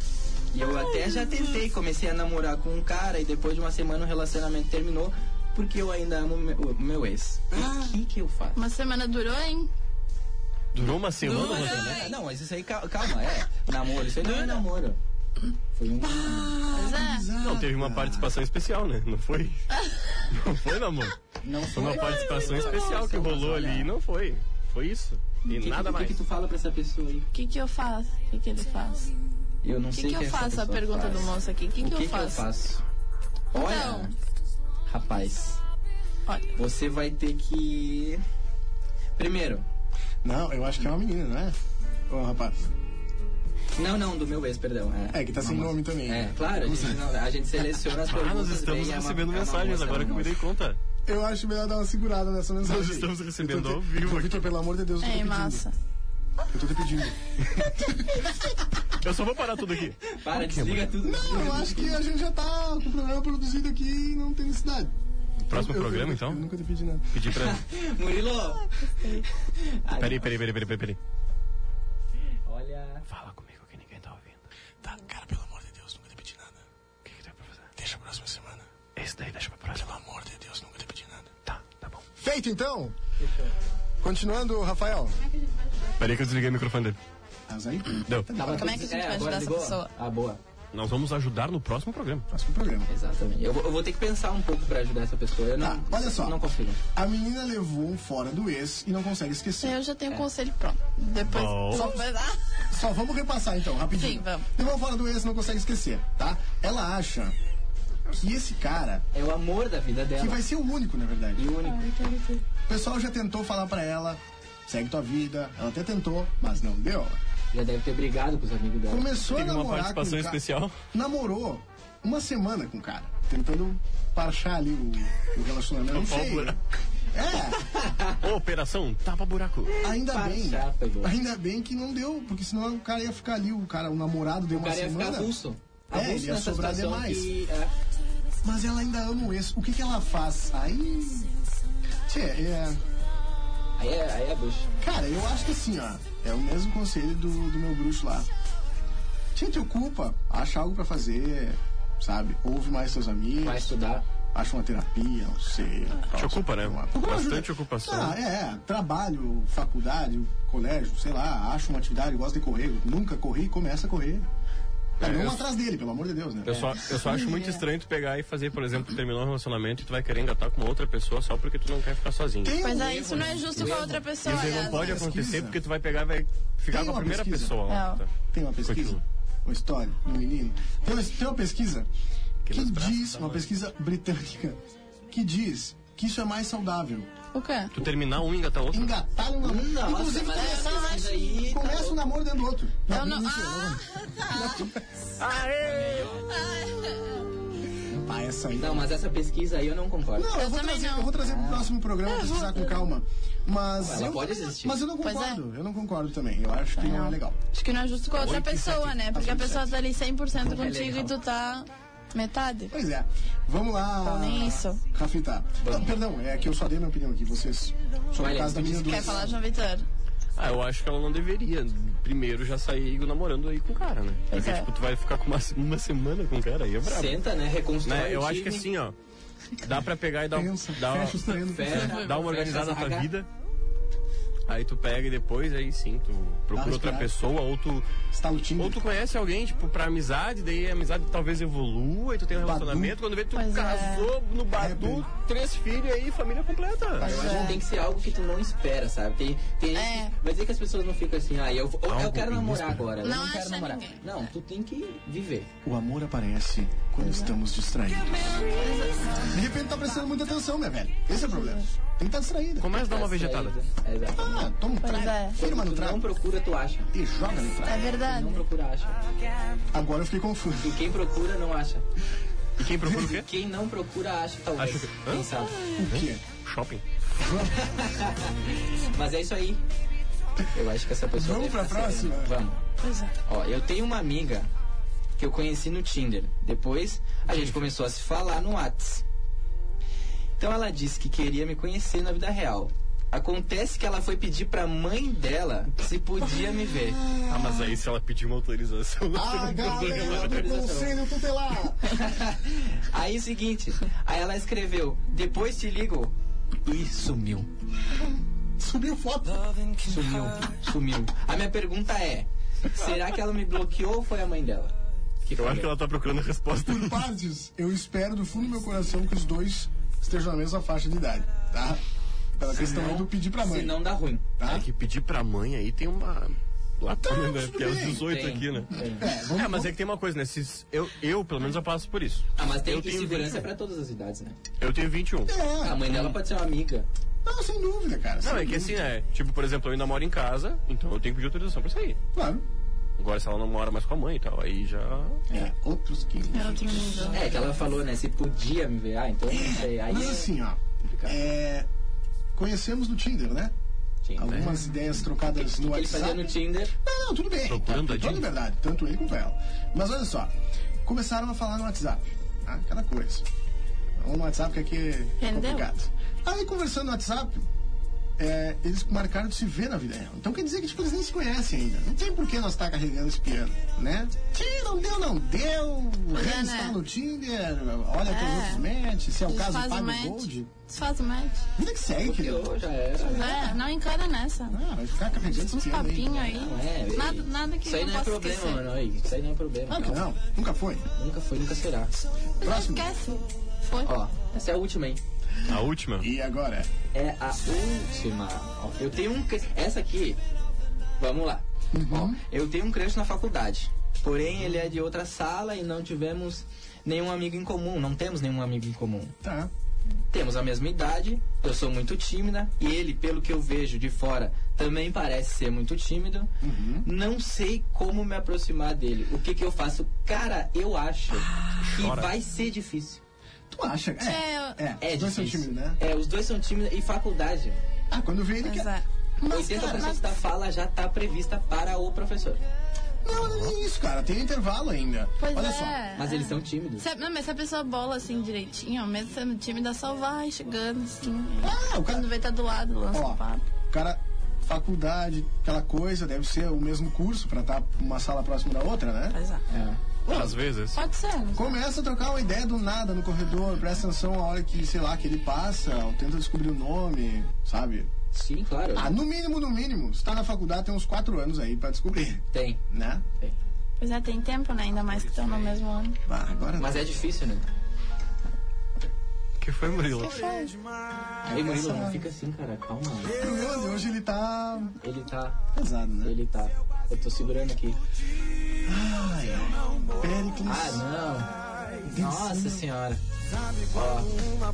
S4: E eu até já tentei, comecei a namorar com um cara e depois de uma semana o relacionamento terminou porque eu ainda amo meu, o meu ex. O que que eu faço?
S3: Uma semana durou, hein?
S2: Durou uma semana,
S4: Não,
S2: Rodrigo?
S4: mas- Ah, Não, mas isso aí, cal- calma, é. Namoro, isso aí não é namoro. Foi um.
S3: Pois é.
S2: Não, teve uma participação especial, né? Não foi? Não foi, meu amor?
S4: Não
S2: Foi uma participação especial que rolou ali e não foi. Foi isso. E
S4: que,
S2: nada
S4: o que
S2: mais.
S4: que tu fala pra essa pessoa aí?
S3: O que que eu faço? O que que ele faz? O
S4: Eu não
S3: que
S4: sei
S3: que eu
S4: essa
S3: faço? A
S4: pessoa
S3: pergunta
S4: faz.
S3: do moço aqui. O que
S4: O
S3: que eu
S4: que que eu
S3: faço? Então.
S4: faço? Olha, rapaz,
S3: Olha,
S4: você vai ter que. Primeiro.
S1: Não, eu acho que é uma menina, não é? Ô, rapaz.
S4: Não, não, do meu ex, perdão. É,
S1: É, que tá sem nome também.
S4: É, claro, a gente, não- a gente seleciona as perguntas.
S2: Ah, nós estamos
S4: bem, é uma-
S2: recebendo
S4: é uma
S2: mensagens
S4: moça,
S2: agora
S4: é
S2: que eu
S4: uma
S2: me dei
S4: moça.
S2: conta.
S1: Eu acho melhor dar uma segurada nessa mensagem.
S2: Nós
S1: aí.
S2: estamos recebendo
S1: Eu tô te-
S2: ao vivo
S1: Então,
S2: aqui.
S1: Vitor, pelo amor de Deus, eu tô
S3: é
S1: te pedindo.
S3: massa.
S1: Eu tô te pedindo.
S2: Eu só vou parar tudo aqui.
S4: Para,
S2: é,
S4: desliga tudo.
S1: Não, eu acho que a gente já tá com o programa produzido aqui e não tem necessidade.
S2: Próximo
S1: Eu- eu-
S2: programa,
S1: eu-
S2: então?
S1: Eu nunca te pedi nada.
S2: Pedir pra.
S4: Murilo! Ai,
S2: Peraí, peraí, peraí, peraí, peraí.
S4: Olha.
S2: Fala comigo que ninguém tá ouvindo. Tá, cara, pelo amor de Deus, nunca te pedi nada. O que, que tu vai fazer? Deixa a próxima semana. Esse daí deixa pra próxima. Pelo amor de Deus, nunca te pedi nada. Tá, tá bom.
S1: Feito, então? Continuando, Rafael.
S2: Peraí que eu desliguei o microfone dele.
S1: Mas aí,
S2: Deu.
S3: Como é que a gente vai
S4: agora
S3: ajudar essa
S4: ligou?
S3: pessoa?
S4: Ah, boa.
S2: Nós vamos ajudar no próximo programa.
S1: próximo programa.
S4: Exatamente. Eu vou, eu vou ter que pensar um pouco pra ajudar essa pessoa. Eu não,
S1: Tá, olha só.
S4: Não confio.
S1: A menina levou um fora do ex e não consegue esquecer.
S3: Eu já tenho o
S4: É.
S3: conselho pronto. Depois.
S2: Bom.
S3: Só vai dar.
S1: Só vamos repassar então, rapidinho.
S3: Sim, vamos.
S1: Levou fora do ex, não consegue esquecer, tá? Ela acha que esse cara,
S4: É o amor da vida dela.
S1: que vai ser o único, na verdade.
S4: E o único.
S1: O pessoal já tentou falar pra ela, segue tua vida, ela até tentou, mas não deu.
S4: Já deve ter brigado com os amigos dela.
S1: Começou
S2: Teve
S1: a
S2: uma
S1: namorar
S2: participação
S1: com o cara-
S2: especial.
S1: Namorou uma semana com o cara, tentando parchar ali o, o relacionamento. Não
S2: Tapar o
S1: sei.
S2: buraco.
S1: É,
S2: Operação Tapa Buraco.
S1: ainda bem.
S4: Parchar foi bom.
S1: Ainda bem que não deu, porque senão o cara ia ficar ali, o cara, o namorado deu
S4: O
S1: uma
S4: cara ia ficar
S1: semana.
S4: avulso.
S1: É,
S4: Avulso
S1: ele ia
S4: nessa
S1: sobrar
S4: situação
S1: demais.
S4: que, é,
S1: Mas ela ainda ama o ex. O que, que ela faz? Aí. Tchê, é.
S4: aí, é, aí é bucha.
S1: Cara, eu acho que assim, ó. É o mesmo conselho do, do meu bruxo lá. Tchê, te ocupa. Acha algo pra fazer, sabe? Ouve mais seus amigos.
S4: Vai estudar.
S1: Acha uma terapia, não sei.
S3: É.
S2: Te ocupa, né?
S1: Uma- Procura uma
S2: Bastante
S1: ajuda.
S2: ocupação.
S1: Ah, é. Trabalho, faculdade, colégio, sei lá. Acha uma atividade, gosta de correr. Nunca corri, começa a correr. Tá,
S2: É,
S1: não
S2: eu-
S1: atrás dele, pelo amor de Deus, né?
S2: Eu só, eu só acho muito estranho tu pegar e fazer, por exemplo, terminar um relacionamento e tu vai querer engatar com outra pessoa só porque tu não quer ficar sozinho.
S1: Tem
S3: Mas
S1: um
S3: aí
S1: erro
S3: isso não é justo com a outra pessoa,
S2: Isso aí
S3: aliás.
S2: não pode
S1: pesquisa.
S2: acontecer porque tu vai pegar e vai ficar
S1: Tem
S2: com a
S1: uma
S2: primeira
S1: pesquisa.
S2: pessoa lá.
S3: Não.
S2: Tá.
S1: Tem uma pesquisa?
S2: Continua.
S1: Uma história do menino? Tem uma, tem uma pesquisa que,
S2: Aqueles braços
S1: diz,
S2: da
S1: uma
S2: mãe.
S1: pesquisa britânica, que diz que isso é mais saudável.
S3: O quê?
S2: Tu terminar um e engatar outro?
S1: Engatar um namoro.
S4: Nossa,
S1: Inclusive,
S4: mas
S1: começa,
S4: essa coisa aí tá
S1: começa um
S4: louco.
S1: namoro dentro do outro.
S3: Eu não.
S1: mentira,
S3: Ah, tá.
S1: não. Ah, essa aí.
S4: Não, mas essa pesquisa aí eu não concordo.
S1: Não, eu, vou
S3: também
S1: trazer,
S3: não.
S1: eu vou trazer pro próximo programa, pra pesquisar com calma. Mas
S4: Ela
S1: eu,
S4: pode
S1: também-
S4: existir.
S1: mas eu não
S3: Pois
S1: concordo. Eu não concordo também. Eu acho que não é legal.
S3: acho que não é justo com a outra pessoa, né? Porque a pessoa tá ali 100% contigo
S4: legal.
S3: e tu tá metade.
S1: Pois é. Vamos lá.
S3: Então, nem isso.
S1: Rafita. Não, perdão, é que eu só dei minha opinião aqui. Vocês. Sobre o
S4: Olha,
S1: caso da menina do.
S3: Quer falar, João Vitor?
S2: Ah, eu acho que ela não deveria. Primeiro já sair namorando aí com o cara, né?
S3: Pois
S2: Porque,
S3: é.
S2: tipo, tu vai ficar com uma, uma semana com o cara aí é brabo.
S4: Senta, né? Reconstrói.
S2: Né? Eu
S4: o
S2: acho que assim,
S4: time.
S2: ó. Dá pra pegar e dar, um-
S1: Pensa,
S2: dar,
S1: fecha os treinos.
S4: Fecha.
S2: dá uma organizada na
S4: Fecha
S2: tua
S4: a zaga.
S2: vida. Aí tu pega e depois aí sim, tu procura outra
S1: respirada.
S2: pessoa, ou tu,
S1: Está no Tinder.
S2: ou tu conhece alguém, tipo, pra amizade, daí a amizade talvez evolua e tu tem um
S1: Badu. É,
S2: relacionamento. Quando vê, tu
S3: Pois é.
S2: casou no Badu,
S1: Arrebenta.
S2: três filhos aí, família completa.
S4: Eu acho que tem que ser algo que tu não espera, sabe? Tem, tem gente
S3: É.
S4: que- Vai dizer que as pessoas não ficam assim, ah, eu, vou- eu
S2: Algo
S4: quero namorar
S2: inesperado.
S4: agora. eu
S3: Não
S4: não quero
S3: acha
S4: namorar.
S3: ninguém.
S4: Não, tu tem que viver.
S1: O amor aparece quando
S3: é.
S1: estamos distraídos. De repente tá prestando muita atenção, minha velha. Esse é o problema. Tem que estar distraída.
S2: Começa a dar uma vegetada.
S4: É, exatamente.
S1: Ah, toma um
S3: Pois
S1: trago.
S3: é.
S1: Firma no
S4: Tu não
S1: trago
S4: procura, tu acha.
S1: e joga no
S3: É
S1: trago.
S3: verdade.
S4: Não procura, acha.
S1: Agora eu fiquei confuso.
S4: E quem procura, não acha.
S2: E quem procura o
S4: E
S2: quê?
S4: quem não procura, acha, talvez.
S2: Acho que-
S4: Quem
S2: Hã?
S4: sabe?
S1: O quê?
S2: Shopping.
S4: Mas é isso aí. Eu acho que essa pessoa.
S1: Vamos
S4: deve
S1: pra
S4: estar sabendo.
S1: próxima?
S4: Vamos. Ó, eu tenho uma amiga que eu conheci no Tinder. Depois a gente começou a se falar no Whats. Então ela disse que queria me conhecer na vida real. Acontece que ela foi pedir pra mãe dela se podia me ver.
S2: Ah, mas aí se ela pedir uma autorização.
S1: Ah, galera do
S4: Autorização.
S1: conselho tutelar.
S4: Aí seguinte, aí ela escreveu, depois te ligo. E sumiu.
S1: Subiu foto.
S4: Sumiu, sumiu. A minha pergunta é: será que ela me bloqueou ou foi a mãe dela?
S2: Eu acho que ela tá procurando a resposta.
S1: Por
S4: Ah.
S1: partes, eu espero do fundo do meu coração que os dois estejam na mesma faixa de idade, tá? Pela questão aí do pedir pra mãe.
S4: Se não dá ruim.
S1: tá?
S2: É que pedir pra mãe aí tem uma. Latona, né?
S1: tudo
S2: Porque é os
S1: bem.
S2: 18
S4: Tem,
S2: aqui, né?
S4: tem.
S1: É, vamos,
S2: É, mas é que tem uma coisa, né? Se eu, eu, pelo menos, eu passo por isso.
S4: Ah, mas tem
S2: eu
S4: que
S2: tenho
S4: segurança
S2: 21.
S4: pra todas as idades, né?
S2: Eu tenho 21.
S1: É,
S4: A mãe dela pode ser uma amiga.
S1: não, sem dúvida, cara.
S2: Não,
S1: sem
S2: é que
S1: dúvida.
S2: assim, né? Tipo, por exemplo, eu ainda moro em casa, então eu tenho que pedir autorização pra sair.
S1: Claro.
S2: Agora, se ela não mora mais com a mãe e tal, aí já.
S1: É, outros que...
S3: É outro nível.
S4: É, que ela falou, né? Se podia me ver, ah, então não sei. Aí
S1: Mas
S4: é
S1: assim, ó.
S4: complicado.
S1: é, Conhecemos no Tinder, né?
S4: Gente, né?
S1: Algumas ideias trocadas no
S4: O que ele fazia
S1: WhatsApp.
S4: no Tinder,
S1: Não, não, tudo bem. Tá,
S2: Procurando a
S1: toda
S2: Dilma.
S1: liberdade, tanto ele quanto ela. Mas olha só, começaram a falar no WhatsApp. Tá? Aquela coisa. Vamos no WhatsApp que aqui é
S3: Rendeu.
S1: complicado. Aí conversando no WhatsApp, é, eles marcaram de se ver na vida real. Então quer dizer que tipo, eles nem se conhecem ainda. Não tem por que nós estar carregando esse piano, né? Que não deu, não deu. O Ren
S3: né?
S1: está no Tinder, olha que os
S3: É.
S1: outros match. Se é o caso,
S3: Desfaz o
S1: paga o
S3: match.
S1: gold.
S3: Desfaz o match.
S1: Vida que segue, querido.
S4: eu já era.
S3: É, não encara nessa.
S1: Ah, vai ficar carregando
S3: Uns
S1: esse piano aí.
S3: papinhos aí.
S4: Não é, velho.
S3: Nada, nada que
S4: Isso aí
S3: eu
S4: não é
S3: possa
S4: problema,
S3: esquecer.
S4: mano. aí, Isso aí não é problema.
S1: Ah, que não, nunca foi.
S4: Nunca foi, nunca será.
S1: Próximo.
S3: Esquece. Foi.
S4: Ó, essa é a última, hein?
S2: A última.
S1: E agora?
S4: É a última. Ó, Eu tenho um. crush- Essa aqui. Vamos lá.
S2: Uhum.
S4: Ó, eu tenho um crush na faculdade. Porém, ele é de outra sala e não tivemos nenhum amigo em comum, não temos nenhum amigo em comum.
S1: Tá.
S4: Temos a mesma idade, eu sou muito tímida e ele, pelo que eu vejo de fora, também parece ser muito tímido.
S1: Uhum.
S4: Não sei como me aproximar dele. O que que eu faço? Cara, eu acho
S1: Ah,
S4: que vai ser difícil.
S1: Tu acha? É,
S3: É,
S1: é,
S4: É
S1: os dois são
S4: difícil.
S1: tímidos, né?
S4: É, os dois são tímidos e faculdade.
S1: Ah, quando vê ele
S3: Mas
S1: quer.
S3: é. Mas,
S4: 80%
S3: cara, mas-
S4: da fala já está prevista para o professor.
S1: Não, não é isso, cara. Tem intervalo ainda.
S3: Pois
S1: Olha
S3: é.
S1: só.
S4: Mas eles são tímidos.
S3: Se, a- não, mas se a pessoa bola assim direitinho, mesmo sendo tímida, só vai chegando assim.
S1: Ah, o cara-
S3: Quando vai estar do lado, lança
S1: Ó,
S3: um papo.
S1: o cara, faculdade, aquela coisa, deve ser o mesmo curso pra estar uma sala próxima da outra, né?
S3: Pois é.
S2: Às vezes.
S3: Pode ser. não sei.
S1: Começa a trocar uma ideia do nada no corredor, presta atenção a hora que, sei lá, que ele passa, ou tenta descobrir o nome, sabe?
S4: Sim, claro.
S1: Ah, no mínimo, no mínimo, se tá na faculdade tem uns quatro anos aí pra descobrir,
S4: Tem.
S1: né?
S3: Pois é, tem tempo, né? Ainda mais que estão no mesmo ano.
S1: Ah, agora
S4: Mas é difícil, né?
S2: que foi, Murilo?
S4: Ei, Murilo, não fica assim, cara. Calma.
S1: é curioso, hoje ele tá
S4: Ele tá.
S1: pesado, né?
S4: Ele tá. Eu tô segurando aqui.
S1: Ai, ai. Pericles.
S4: Ah, não. Nossa senhora. Ó,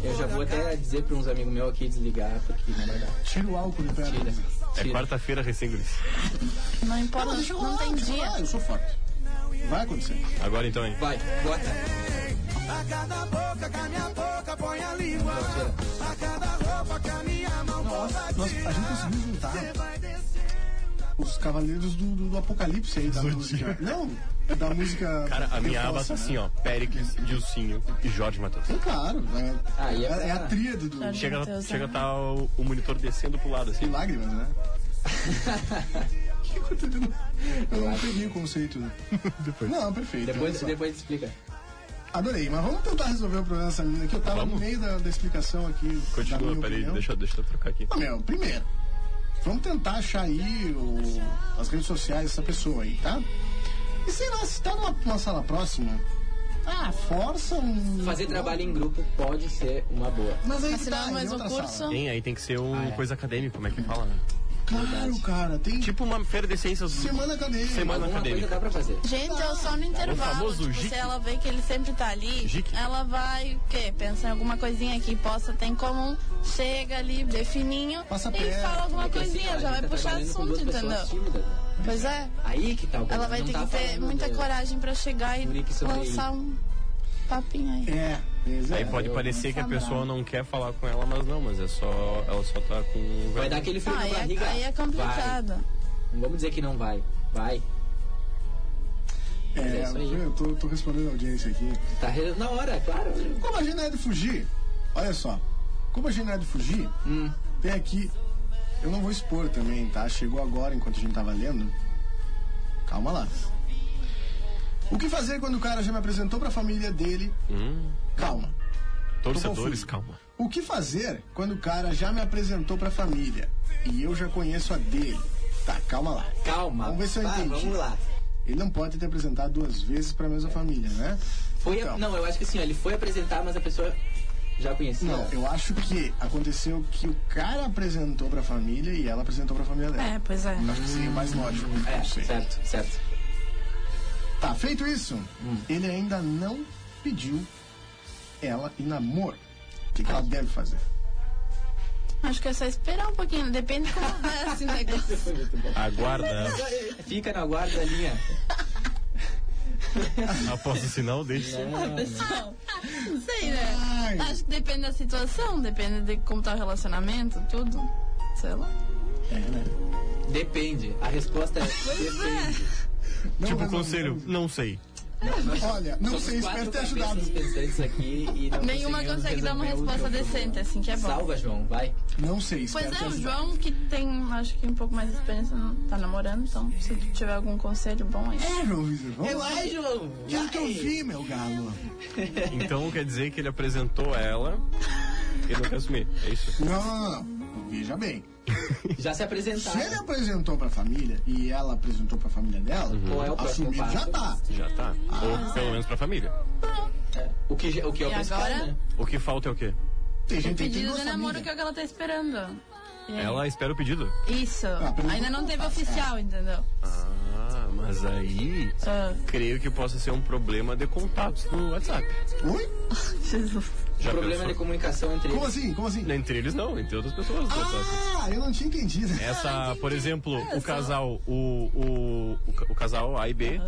S4: eu já vou até dizer pra uns amigos meus aqui desligar, porque não vai dar.
S1: Tira o álcool de
S4: Tira.
S1: Pericles.
S2: É
S4: Tira.
S2: quarta-feira, Recingles.
S3: Não importa,
S1: Não, deixa eu
S3: não,
S1: rolar,
S3: tem
S1: deixa eu
S3: dia.
S1: rolar, Eu sou forte. Vai acontecer.
S2: Agora então, hein?
S4: Vai, bota.
S6: A cada boca que a minha boca põe a língua. A cada roupa que a minha mão
S1: Nossa, nós, a gente conseguiu juntar os cavaleiros do, do- do apocalipse aí da música. Não, da música.
S2: Cara, a minha aba
S1: precoce, né?
S2: tá assim, ó. Pericles, Dilcinho e Jorge Matheus.
S1: É claro, é,
S4: Ah, e é
S1: é, é a
S4: pra-
S1: tríade do de
S2: Chega,
S3: Matheus,
S2: chega
S3: né?
S2: tá o, o monitor descendo pro lado, assim.
S1: lágrimas, né? Que coisa de- Eu não peguei o conceito. né? Não, perfeito.
S4: Depois,
S1: olha só.
S4: depois explica.
S1: Adorei, mas vamos tentar resolver o problema dessa menina que eu tava
S2: Vamos.
S1: no meio da, da explicação aqui. da
S2: Continua,
S1: minha
S2: peraí,
S1: opinião.
S2: deixa, eu- deixa eu trocar aqui.
S1: Ô, meu, primeiro, vamos tentar achar aí o- as redes sociais dessa pessoa aí, tá? E sei lá, se tá numa, numa sala próxima, ah, força um.
S4: Fazer trabalho em grupo pode ser uma boa.
S1: Mas aí
S3: Mas
S1: que
S3: se
S1: tá,
S3: não,
S1: em
S3: mas o
S1: outra
S3: curso.
S1: sala.
S2: Hein, aí tem que ser um coisa acadêmica, como é que fala, né?
S1: Claro, cara, tem
S2: Tipo uma feira de ciências
S1: semana cadê?
S2: semana
S4: Alguma coisa
S2: acadêmica.
S4: dá pra fazer.
S3: Gente, é só no intervalo.
S2: famoso
S3: tipo,
S2: jique.
S3: se ela vê que ele sempre tá ali,
S2: Jique.
S3: ela vai o quê? Pensa em alguma coisinha que possa ter em comum, chega ali, vê fininho
S1: Passa
S3: e
S1: perto.
S3: fala alguma
S4: Porque, assim,
S3: coisinha, já
S4: a gente
S3: vai
S4: tá
S3: puxar
S4: trabalhando com duas
S3: assunto,
S4: pessoas
S3: entendeu?
S4: tímidas, né?
S3: Pois é,
S4: Aí que tá tal.
S3: ela vai ter que ter muita coragem pra chegar e
S4: Guri que sorri.
S3: lançar um papinho aí. Ah,
S1: É, pois é.
S2: Aí pode parecer que a pessoa não quer falar com ela, mas não, mas é só. Ela só tá com.
S4: Vai dar aquele frio
S3: Ah,
S4: na
S3: aí,
S4: barriga.
S3: é, aí é
S4: Vai.
S3: complicado.
S4: Não vamos dizer que não vai. Vai.
S1: É,
S4: isso aí.
S1: eu tô, tô respondendo a audiência aqui.
S4: Tá re- na hora, claro.
S1: Como a gente não é de fugir, olha só. Como a gente não é de fugir,
S4: Hum.
S1: tem aqui. Eu não vou expor também, tá? Chegou agora enquanto a gente tava lendo. Calma lá. O que fazer quando o cara já me apresentou pra família dele? Calma.
S2: Hum. Torcedores,
S1: confuso.
S2: calma.
S1: O que fazer quando o cara já me apresentou pra família e eu já conheço a dele? Tá, calma lá.
S4: Calma.
S1: Vamos ver se eu
S4: Vai,
S1: entendi.
S4: Vamos lá.
S1: Ele não pode ter apresentado duas vezes pra mesma família, né?
S4: Foi a-
S1: Então.
S4: Não, eu acho que assim, ó, ele foi apresentar, mas a pessoa já conhecia.
S1: Não, eu acho que aconteceu que o cara apresentou pra família e ela apresentou pra família dela.
S3: É, pois é.
S1: Eu Acho que seria mais lógico.
S4: É,
S1: não sei.
S4: certo, certo.
S1: Tá, feito isso,
S4: Hum.
S1: ele ainda não pediu ela em namoro. O que, que ela deve fazer?
S3: Acho que é só esperar um pouquinho, depende como vai esse negócio.
S4: Foi muito bom.
S2: Aguarda.
S4: Fica na guarda da linha.
S2: Após o sinal, deixa.
S3: Pessoal, não sei, né?
S1: Ai.
S3: Acho que depende da situação, depende de como tá o relacionamento, tudo. Sei lá.
S1: É, né?
S4: Depende. A resposta é depende.
S1: Não
S2: Tipo,
S1: resolveu.
S2: conselho, não sei.
S1: Olha, não
S4: Somos
S1: sei, espero
S4: quatro
S1: ter
S4: cabeças
S1: ajudado.
S4: pensantes aqui e não
S3: Nenhuma
S4: conseguimos
S3: consegue dar uma
S4: resolver o
S3: resposta
S4: teu problema.
S3: decente, assim, que é bom.
S4: Salva, João, vai.
S1: Não sei,
S3: Pois
S1: espero
S3: é,
S1: ter
S3: o
S1: ajudado.
S3: João que tem, acho que um pouco mais de experiência, não tá namorando, então se tu tiver algum conselho bom aí.
S1: É, João Vitor, vamos lá.
S4: Vai, João.
S1: Tudo que eu
S3: é
S4: vai.
S1: vi, meu galo.
S2: Então quer dizer que ele apresentou ela e ele não quer assumir. É
S3: Tá.
S2: isso.
S1: Não, não, não. Veja bem.
S4: Já
S1: Se
S4: se
S3: Tá.
S1: ele
S4: apresentaram.
S1: apresentou pra família e ela apresentou pra família dela,
S4: Qual é o próximo
S1: assumido já
S4: passo?
S1: tá.
S2: Já tá. Ou pelo menos pra família.
S4: O que, o que é o
S3: E
S4: principal,
S3: agora?
S4: né?
S2: O que falta é o quê?
S1: Tem gente que tem
S3: Pedido
S1: duas
S3: de namoro que
S1: famílias.
S3: é o que ela tá esperando. E aí?
S2: Ela espera o pedido.
S3: Isso.
S1: pelo menos
S3: Ainda não
S1: não
S3: teve
S1: faz,
S3: oficial, entendeu?
S2: Ah, mas aí
S3: Ah.
S2: creio que possa ser um problema de contatos no WhatsApp.
S1: Ui?
S3: Jesus.
S2: Já
S4: Problema de
S2: pensou?
S4: comunicação entre
S1: Como
S4: eles.
S1: assim? Como assim?
S2: Entre eles não, entre outras pessoas. do WhatsApp.
S1: Ah, eu não tinha entendido.
S2: Essa, por exemplo,
S3: É,
S2: o
S3: só-
S2: casal, o, o, o, ca- o casal A e B,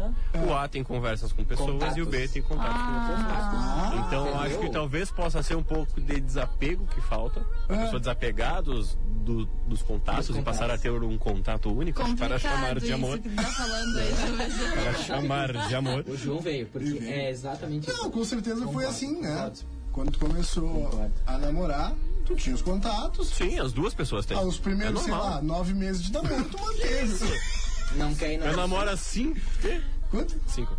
S2: o A tem conversas com pessoas e o B
S4: Contatos.
S2: tem contatos com pessoas. Então eu acho
S4: Entendeu?
S2: que talvez possa ser um pouco de desapego que falta. As pessoas desapegadas do, dos contatos
S4: Dos
S2: e passar a ter um contato único para
S3: Complicado
S2: chamar de
S3: isso
S2: amor.
S3: que tu tá falando aí, talvez.
S2: Para chamar de amor.
S4: O João veio, porque é exatamente isso.
S1: Não, com certeza foi
S4: Concordo,
S1: assim, né?
S4: concordo.
S1: Quando tu começou
S4: Concordo.
S1: a namorar, tu tinha os contatos.
S2: Sim, as duas pessoas têm.
S1: Ah, os primeiros,
S2: é
S1: sei lá,
S2: normal.
S1: nove meses de namoro, tu manteve.
S4: Não quer ir na
S2: Eu namoro há cinco. quê?
S1: Quanto? Ah,
S2: Cinco.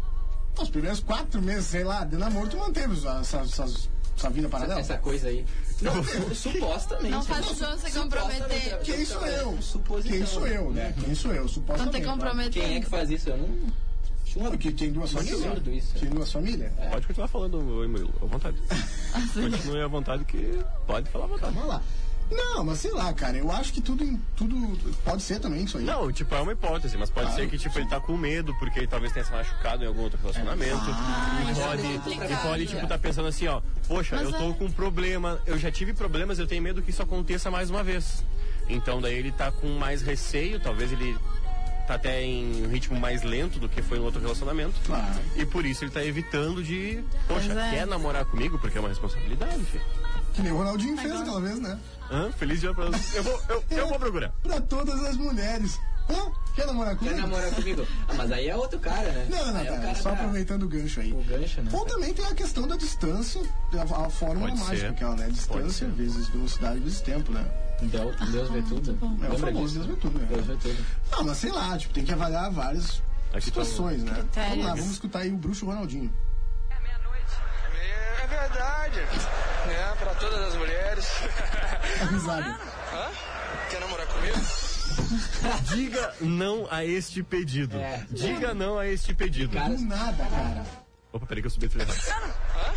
S1: Os primeiros quatro meses, sei lá, de namoro, tu manteve essa, essa, essa- essa vida paralela.
S4: essa coisa aí. Não, supostamente.
S3: Não faz o João se comprometer.
S1: Quem sou eu?
S4: Então, é Suposição.
S1: Quem sou eu, né? Quem sou eu?
S3: Não
S1: Supostamente.
S3: te
S4: Quem é que
S3: comprometer.
S4: faz isso? Eu não.
S1: né? Porque tem duas famílias.
S4: É absurdo isso. É.
S1: Tem duas famílias.
S2: Pode continuar falando, ô, Murilo, à vontade. Continue à vontade que pode falar à vontade.
S1: Vamos lá. Não, mas sei lá, cara. Eu acho que tudo, em- tudo pode ser também isso aí.
S2: Não, tipo, é uma hipótese, mas pode
S1: Claro.
S2: ser que tipo, ele tá com medo porque ele talvez tenha se machucado em algum outro relacionamento. e
S3: isso é
S2: pode, e
S3: complicado.
S2: pode, tipo, tá pensando assim, ó, poxa,
S3: Mas
S2: eu tô
S3: é-
S2: com um problema, eu já tive problemas, eu tenho medo que isso aconteça mais uma vez. Então daí ele tá com mais receio, talvez ele tá até em um ritmo mais lento do que foi no outro relacionamento.
S1: Claro.
S2: E por isso ele tá evitando de, poxa,
S3: Pois é.
S2: quer namorar comigo porque é uma responsabilidade, filho.
S1: Que nem o Ronaldinho fez aquela vez, né?
S2: Hã? Feliz dia pra eu vou, eu, eu vou procurar.
S1: Pra todas as mulheres. Hã? Quer namorar comigo?
S4: Quer namorar comigo? Ah, mas aí é outro cara, né?
S1: Não, não,
S4: Aí é o
S1: não.
S4: cara
S1: Só
S4: pra-
S1: aproveitando o gancho aí.
S4: O gancho, né?
S1: Ou também tem a questão da distância, a, a fórmula
S2: Pode
S1: mágica
S2: ser.
S1: que é, né? Distância
S2: ser.
S1: vezes velocidade vezes tempo, né?
S4: Deus, Então, Deus vê
S3: Tá
S4: tudo.
S1: É o
S4: Lembra
S1: famoso
S4: disso?
S1: Deus vê tudo, né?
S4: Deus vê tudo.
S1: Não, mas sei lá, tipo, tem que avaliar várias
S2: Aqui tá
S1: situações, né? Vamos lá,
S3: Critérios.
S1: vamos escutar aí o Bruxo Ronaldinho.
S10: É verdade. É, pra todas as mulheres.
S1: Amizade.
S10: Hã? Quer namorar comigo?
S2: Diga não a este pedido.
S4: É.
S2: Diga não a este pedido.
S4: Cara,
S1: Do nada, cara.
S2: Opa, peraí que eu subi a trilha errada.
S10: Hã?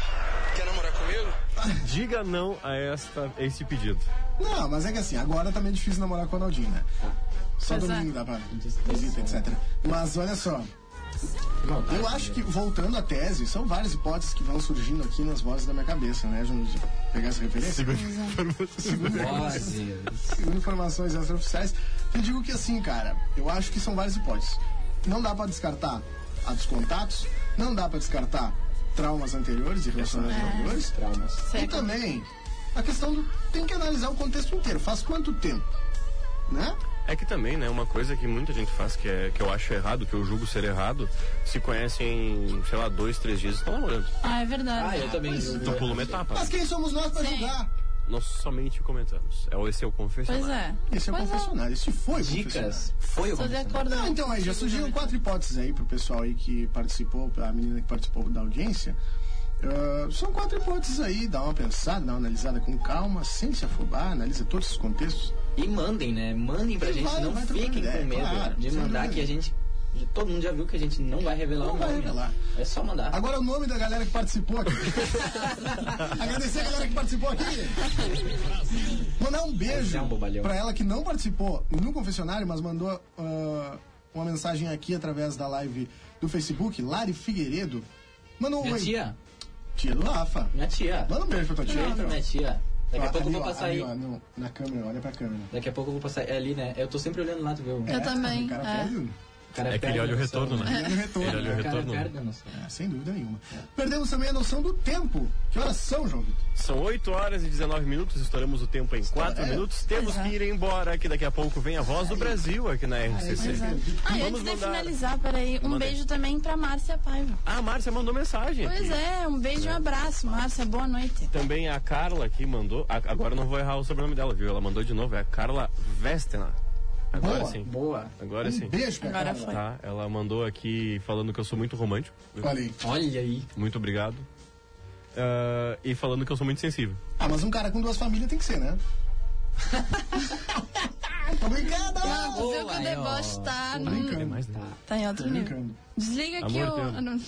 S10: Quer namorar comigo?
S2: Diga não a esta, a este pedido.
S1: Não, mas é que assim, agora tá meio difícil namorar com o Ronaldinho, né? Só
S3: Pois é.
S1: domingo dá pra visita, etc. Mas olha só, eu acho que, voltando à tese, são várias hipóteses que vão surgindo aqui nas vozes da minha cabeça, né, Jonas? Pegar essa referência?
S4: Pode.
S1: segundo informações extraoficiais, eu digo que assim, cara, eu acho que são várias hipóteses. Não dá pra descartar a dos contatos, não dá pra descartar traumas anteriores e relacionamentos anteriores.
S4: Traumas.
S1: E
S3: Certo.
S1: também a questão do. Tem que analisar o contexto inteiro. Faz quanto tempo? Né?
S2: É que também, né, uma coisa que muita gente faz que, é, que eu acho errado, que eu julgo ser errado, se conhecem, sei lá, dois, três dias e estão namorando.
S3: Ah, é verdade.
S4: Ah, eu também.
S1: é.
S2: Então pula uma etapa.
S1: Mas quem somos nós pra
S3: Sim.
S1: julgar?
S2: Nós somente comentamos. É o- Esse é o confessionário.
S3: Pois é.
S1: Esse é o
S3: pois
S1: confessionário. Isso foi o confessionário.
S4: Dicas. Foi o
S3: Tô de acordo.
S1: Não, então aí já surgiram quatro hipóteses aí pro pessoal aí que participou, a menina que participou da audiência. Ah, são quatro hipóteses aí, dá uma pensada, dá uma analisada com calma, sem se afobar, analisa todos os contextos.
S4: E mandem, né? Mandem pra
S1: E
S4: gente.
S1: vai-
S4: não
S1: vai trocando
S4: fiquem
S1: ideia,
S4: com medo
S1: claro,
S4: de
S1: sem
S4: mandar
S1: dúvida.
S4: que a gente. Todo mundo já viu que a gente não vai revelar
S1: Não
S4: o
S1: vai
S4: nome.
S1: revelar.
S4: É só mandar.
S1: Agora o nome da galera que participou aqui. Agradecer a galera que participou aqui. Mandar um beijo
S4: É um bobalhão.
S1: pra ela que não participou no confessionário, mas mandou ah, uma mensagem aqui através da live do Facebook, Lari Figueiredo. Mandou um
S4: Minha
S1: oi.
S4: tia.
S1: Tia do Rafa.
S4: Minha tia.
S1: Manda um beijo pra tua tia.
S4: Beijo pra minha tia. Daqui a
S1: Ah,
S4: pouco eu
S1: ali,
S4: vou
S1: ó,
S4: passar
S1: ali,
S4: aí.
S1: ó, não, na câmera, olha pra câmera.
S4: Daqui a pouco eu vou passar. É ali, né? Eu tô sempre olhando lá, tu viu?
S3: Eu também,
S1: O cara
S3: é.
S1: perde,
S2: É que
S4: cara
S2: ele
S4: perde
S2: olha o
S4: a noção,
S2: retorno, né?
S1: perde o retorno.
S2: Ele olha o
S4: O
S1: né?
S4: cara
S2: Retorno.
S4: perde a noção.
S1: É, sem dúvida nenhuma. Perdemos também a noção do tempo. Que horas são, João Vitor?
S2: São 8 horas e 19 minutos, estouramos o tempo em 4
S1: É.
S2: minutos. Temos que ir embora, que daqui a pouco vem a voz do Brasil aqui na RCC.
S3: Ah, e
S2: Vamos
S3: antes de
S2: mandar-
S3: finalizar, peraí, um
S2: Manda aí.
S3: beijo também pra Márcia Paiva.
S2: Ah, a Márcia mandou mensagem. aqui.
S3: Pois é, um beijo e um abraço, Márcia. Boa noite.
S2: Também a Carla que mandou. a- agora eu não vou errar o sobrenome dela, viu? Ela mandou de novo, é a Carla Vestena. Agora
S1: Boa.
S2: sim.
S4: Boa.
S2: Agora sim.
S1: Um Beijo, cara.
S3: Um Agora foi.
S2: Tá? Ela mandou aqui falando que eu sou muito romântico.
S1: Olha aí.
S4: Olha aí.
S2: Muito obrigado. Ah, e falando que eu sou muito sensível.
S1: Ah, mas um cara com duas famílias tem que ser, né? Tô brincando!
S3: Não, tu viu que
S4: boa,
S3: o
S4: aí, ó.
S3: deboche tá, num-
S1: brincando.
S2: Demais, né?
S3: tá em outro nível.
S1: brincando.
S3: Desliga aqui
S2: Amor, um
S3: o.
S2: te amo.
S3: não-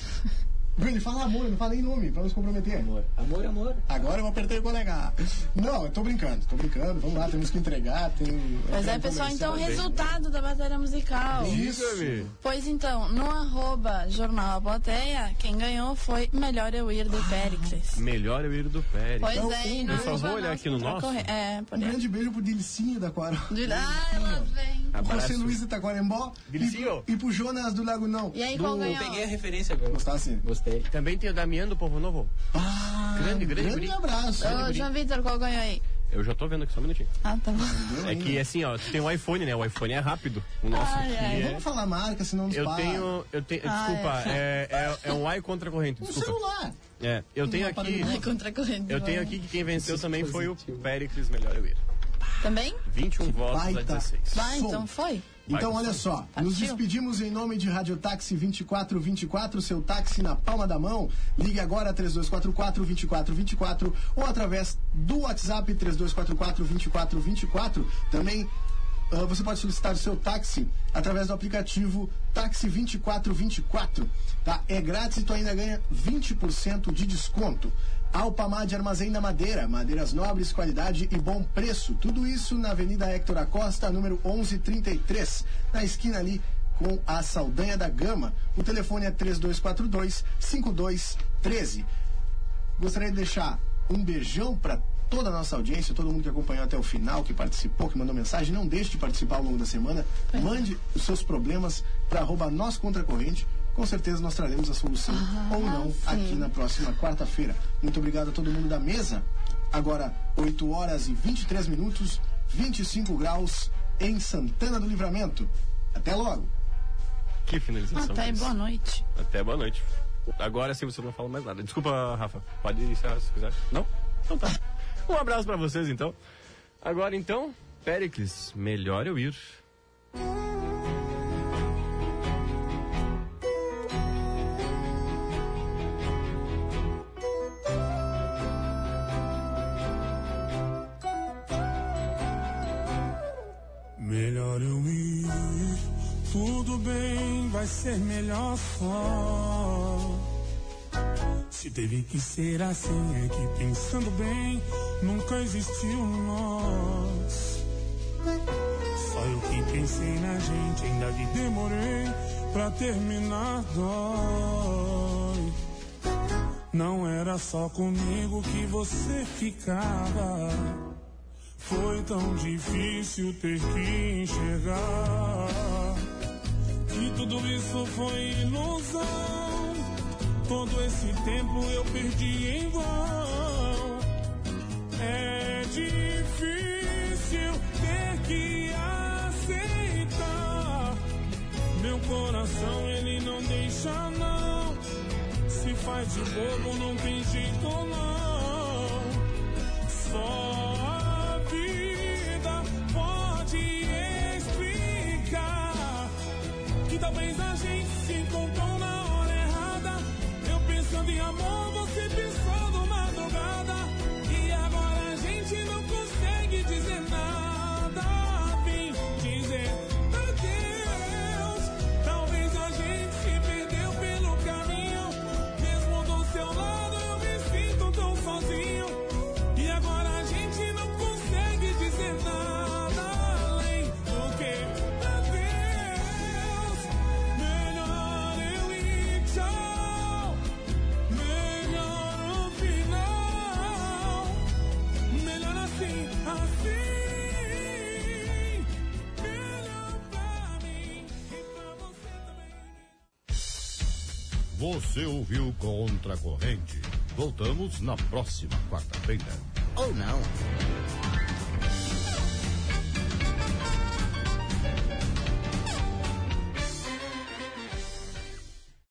S1: Ele fala amor, não fala nem nome, pra não se comprometer. Amor,
S4: amor, amor.
S1: Agora eu apertei o colega. Não, eu tô brincando, tô brincando. Vamos lá, temos que entregar. Tem...
S3: Pois
S1: tem
S3: é, pessoal, então o
S1: comercial.
S3: resultado da batalha musical.
S1: Isso. Amigo.
S3: Pois então, no arroba Jornal A Plateia, quem ganhou foi Melhor Eu Ir do Pericles.
S2: Melhor eu ir do Pérez.
S3: Pois é, e na
S2: Ah, Então, Eu só vou
S3: arroba
S2: olhar aqui no
S3: Contra
S2: nosso. Uhum.
S3: Corre- É, por
S1: Um
S3: aí.
S1: grande beijo pro Delicinho da Quara.
S3: Do- Ah, ela vem.
S1: José
S2: Abraço.
S1: Luiz de Taquarembó.
S2: Delicinho.
S1: E, e pro Jonas do Lago Não.
S3: E aí, qual
S4: Eu
S3: ganhou?
S4: peguei a referência agora.
S1: Gostar assim.
S4: Gostei.
S2: Também tem o Damiano do Povo Novo.
S1: Ah,
S2: Grande, grande guri.
S1: abraço.
S3: Ô, João Vitor, qual ganhou aí?
S2: Eu já tô vendo aqui, só um minutinho.
S3: Ah, tá bom.
S2: É que assim, ó, tem o iPhone, né? O iPhone é rápido. O nosso
S3: Ai,
S2: aqui
S3: ai.
S2: é.
S1: Vamos falar marca, senão nos
S2: Eu
S1: para.
S2: tenho. Eu tenho.
S3: Ah,
S2: Desculpa, é, é, é um ai contra a corrente.
S1: Um
S2: Desculpa.
S1: celular.
S2: É, eu tenho
S1: vai parar
S2: aqui.
S1: de
S3: Ai, um contra a corrente.
S2: Eu tenho aqui que quem venceu também foi o Pericles Melhor Eu Ir.
S3: Também?
S2: 21 votos a
S1: Baita.
S2: 16.
S3: Vai,
S1: som.
S3: então foi.
S1: Então,
S2: Vai,
S1: olha
S2: vai.
S1: só,
S3: Partiu.
S1: nos despedimos em nome de Rádio Táxi 2424, seu táxi na palma da mão. Ligue agora 3244 2424 ou através do WhatsApp 3244 2424. Também ah, você pode solicitar o seu táxi através do aplicativo Táxi 2424. Tá? É grátis e tu ainda ganha 20% de desconto. Alpamar de Armazém da Madeira, madeiras nobres, qualidade e bom preço. Tudo isso na Avenida Héctor Acosta, número 1133, na esquina ali com a Saldanha da Gama. O telefone é 3242-5213. Gostaria de deixar um beijão para toda a nossa audiência, todo mundo que acompanhou até o final, que participou, que mandou mensagem. Não deixe de participar ao longo da semana. Mande os seus problemas para arroba nós contra a corrente. Com certeza nós traremos a solução ou não aqui na próxima quarta-feira. Muito obrigado a todo mundo da mesa. Agora, 8 horas e 23 minutos, 25 graus em Santana do Livramento. Até logo!
S2: Que finalização.
S3: Até
S2: é
S3: e
S2: isso?
S3: boa noite.
S2: Até boa noite. Agora sim você não fala mais nada. Desculpa, Rafa. Pode encerrar se quiser. Não? Então tá. Um abraço pra vocês então. Agora então, Péricles, melhor eu ir.
S5: Melhor eu ir, tudo bem, vai ser melhor só. Se teve que ser assim, é que pensando bem, nunca existiu um nós. Só eu que pensei na gente, ainda que demorei pra terminar dói. Não era só comigo que você ficava. Foi tão difícil ter que enxergar que tudo isso foi ilusão. Todo esse tempo eu perdi em vão. É difícil ter que aceitar. Meu coração ele não deixa não. Se faz de bobo não tem jeito não. Só a vida pode explicar que talvez a gente se encontrou na hora errada. Eu pensando em amor, você pensando madrugada. E agora a gente não consegue dizer nada. Vem dizer adeus. Talvez a gente se perdeu pelo caminho. Mesmo do seu lado, eu me sinto tão sozinho. E agora a gente não consegue dizer nada além do que adeus. Melhor eu ir, tchau. Melhor o final. Melhor assim, assim. Melhor pra mim e pra você também.
S7: Você ouviu Contra a Corrente. Voltamos na próxima quarta-feira.
S4: Ou não.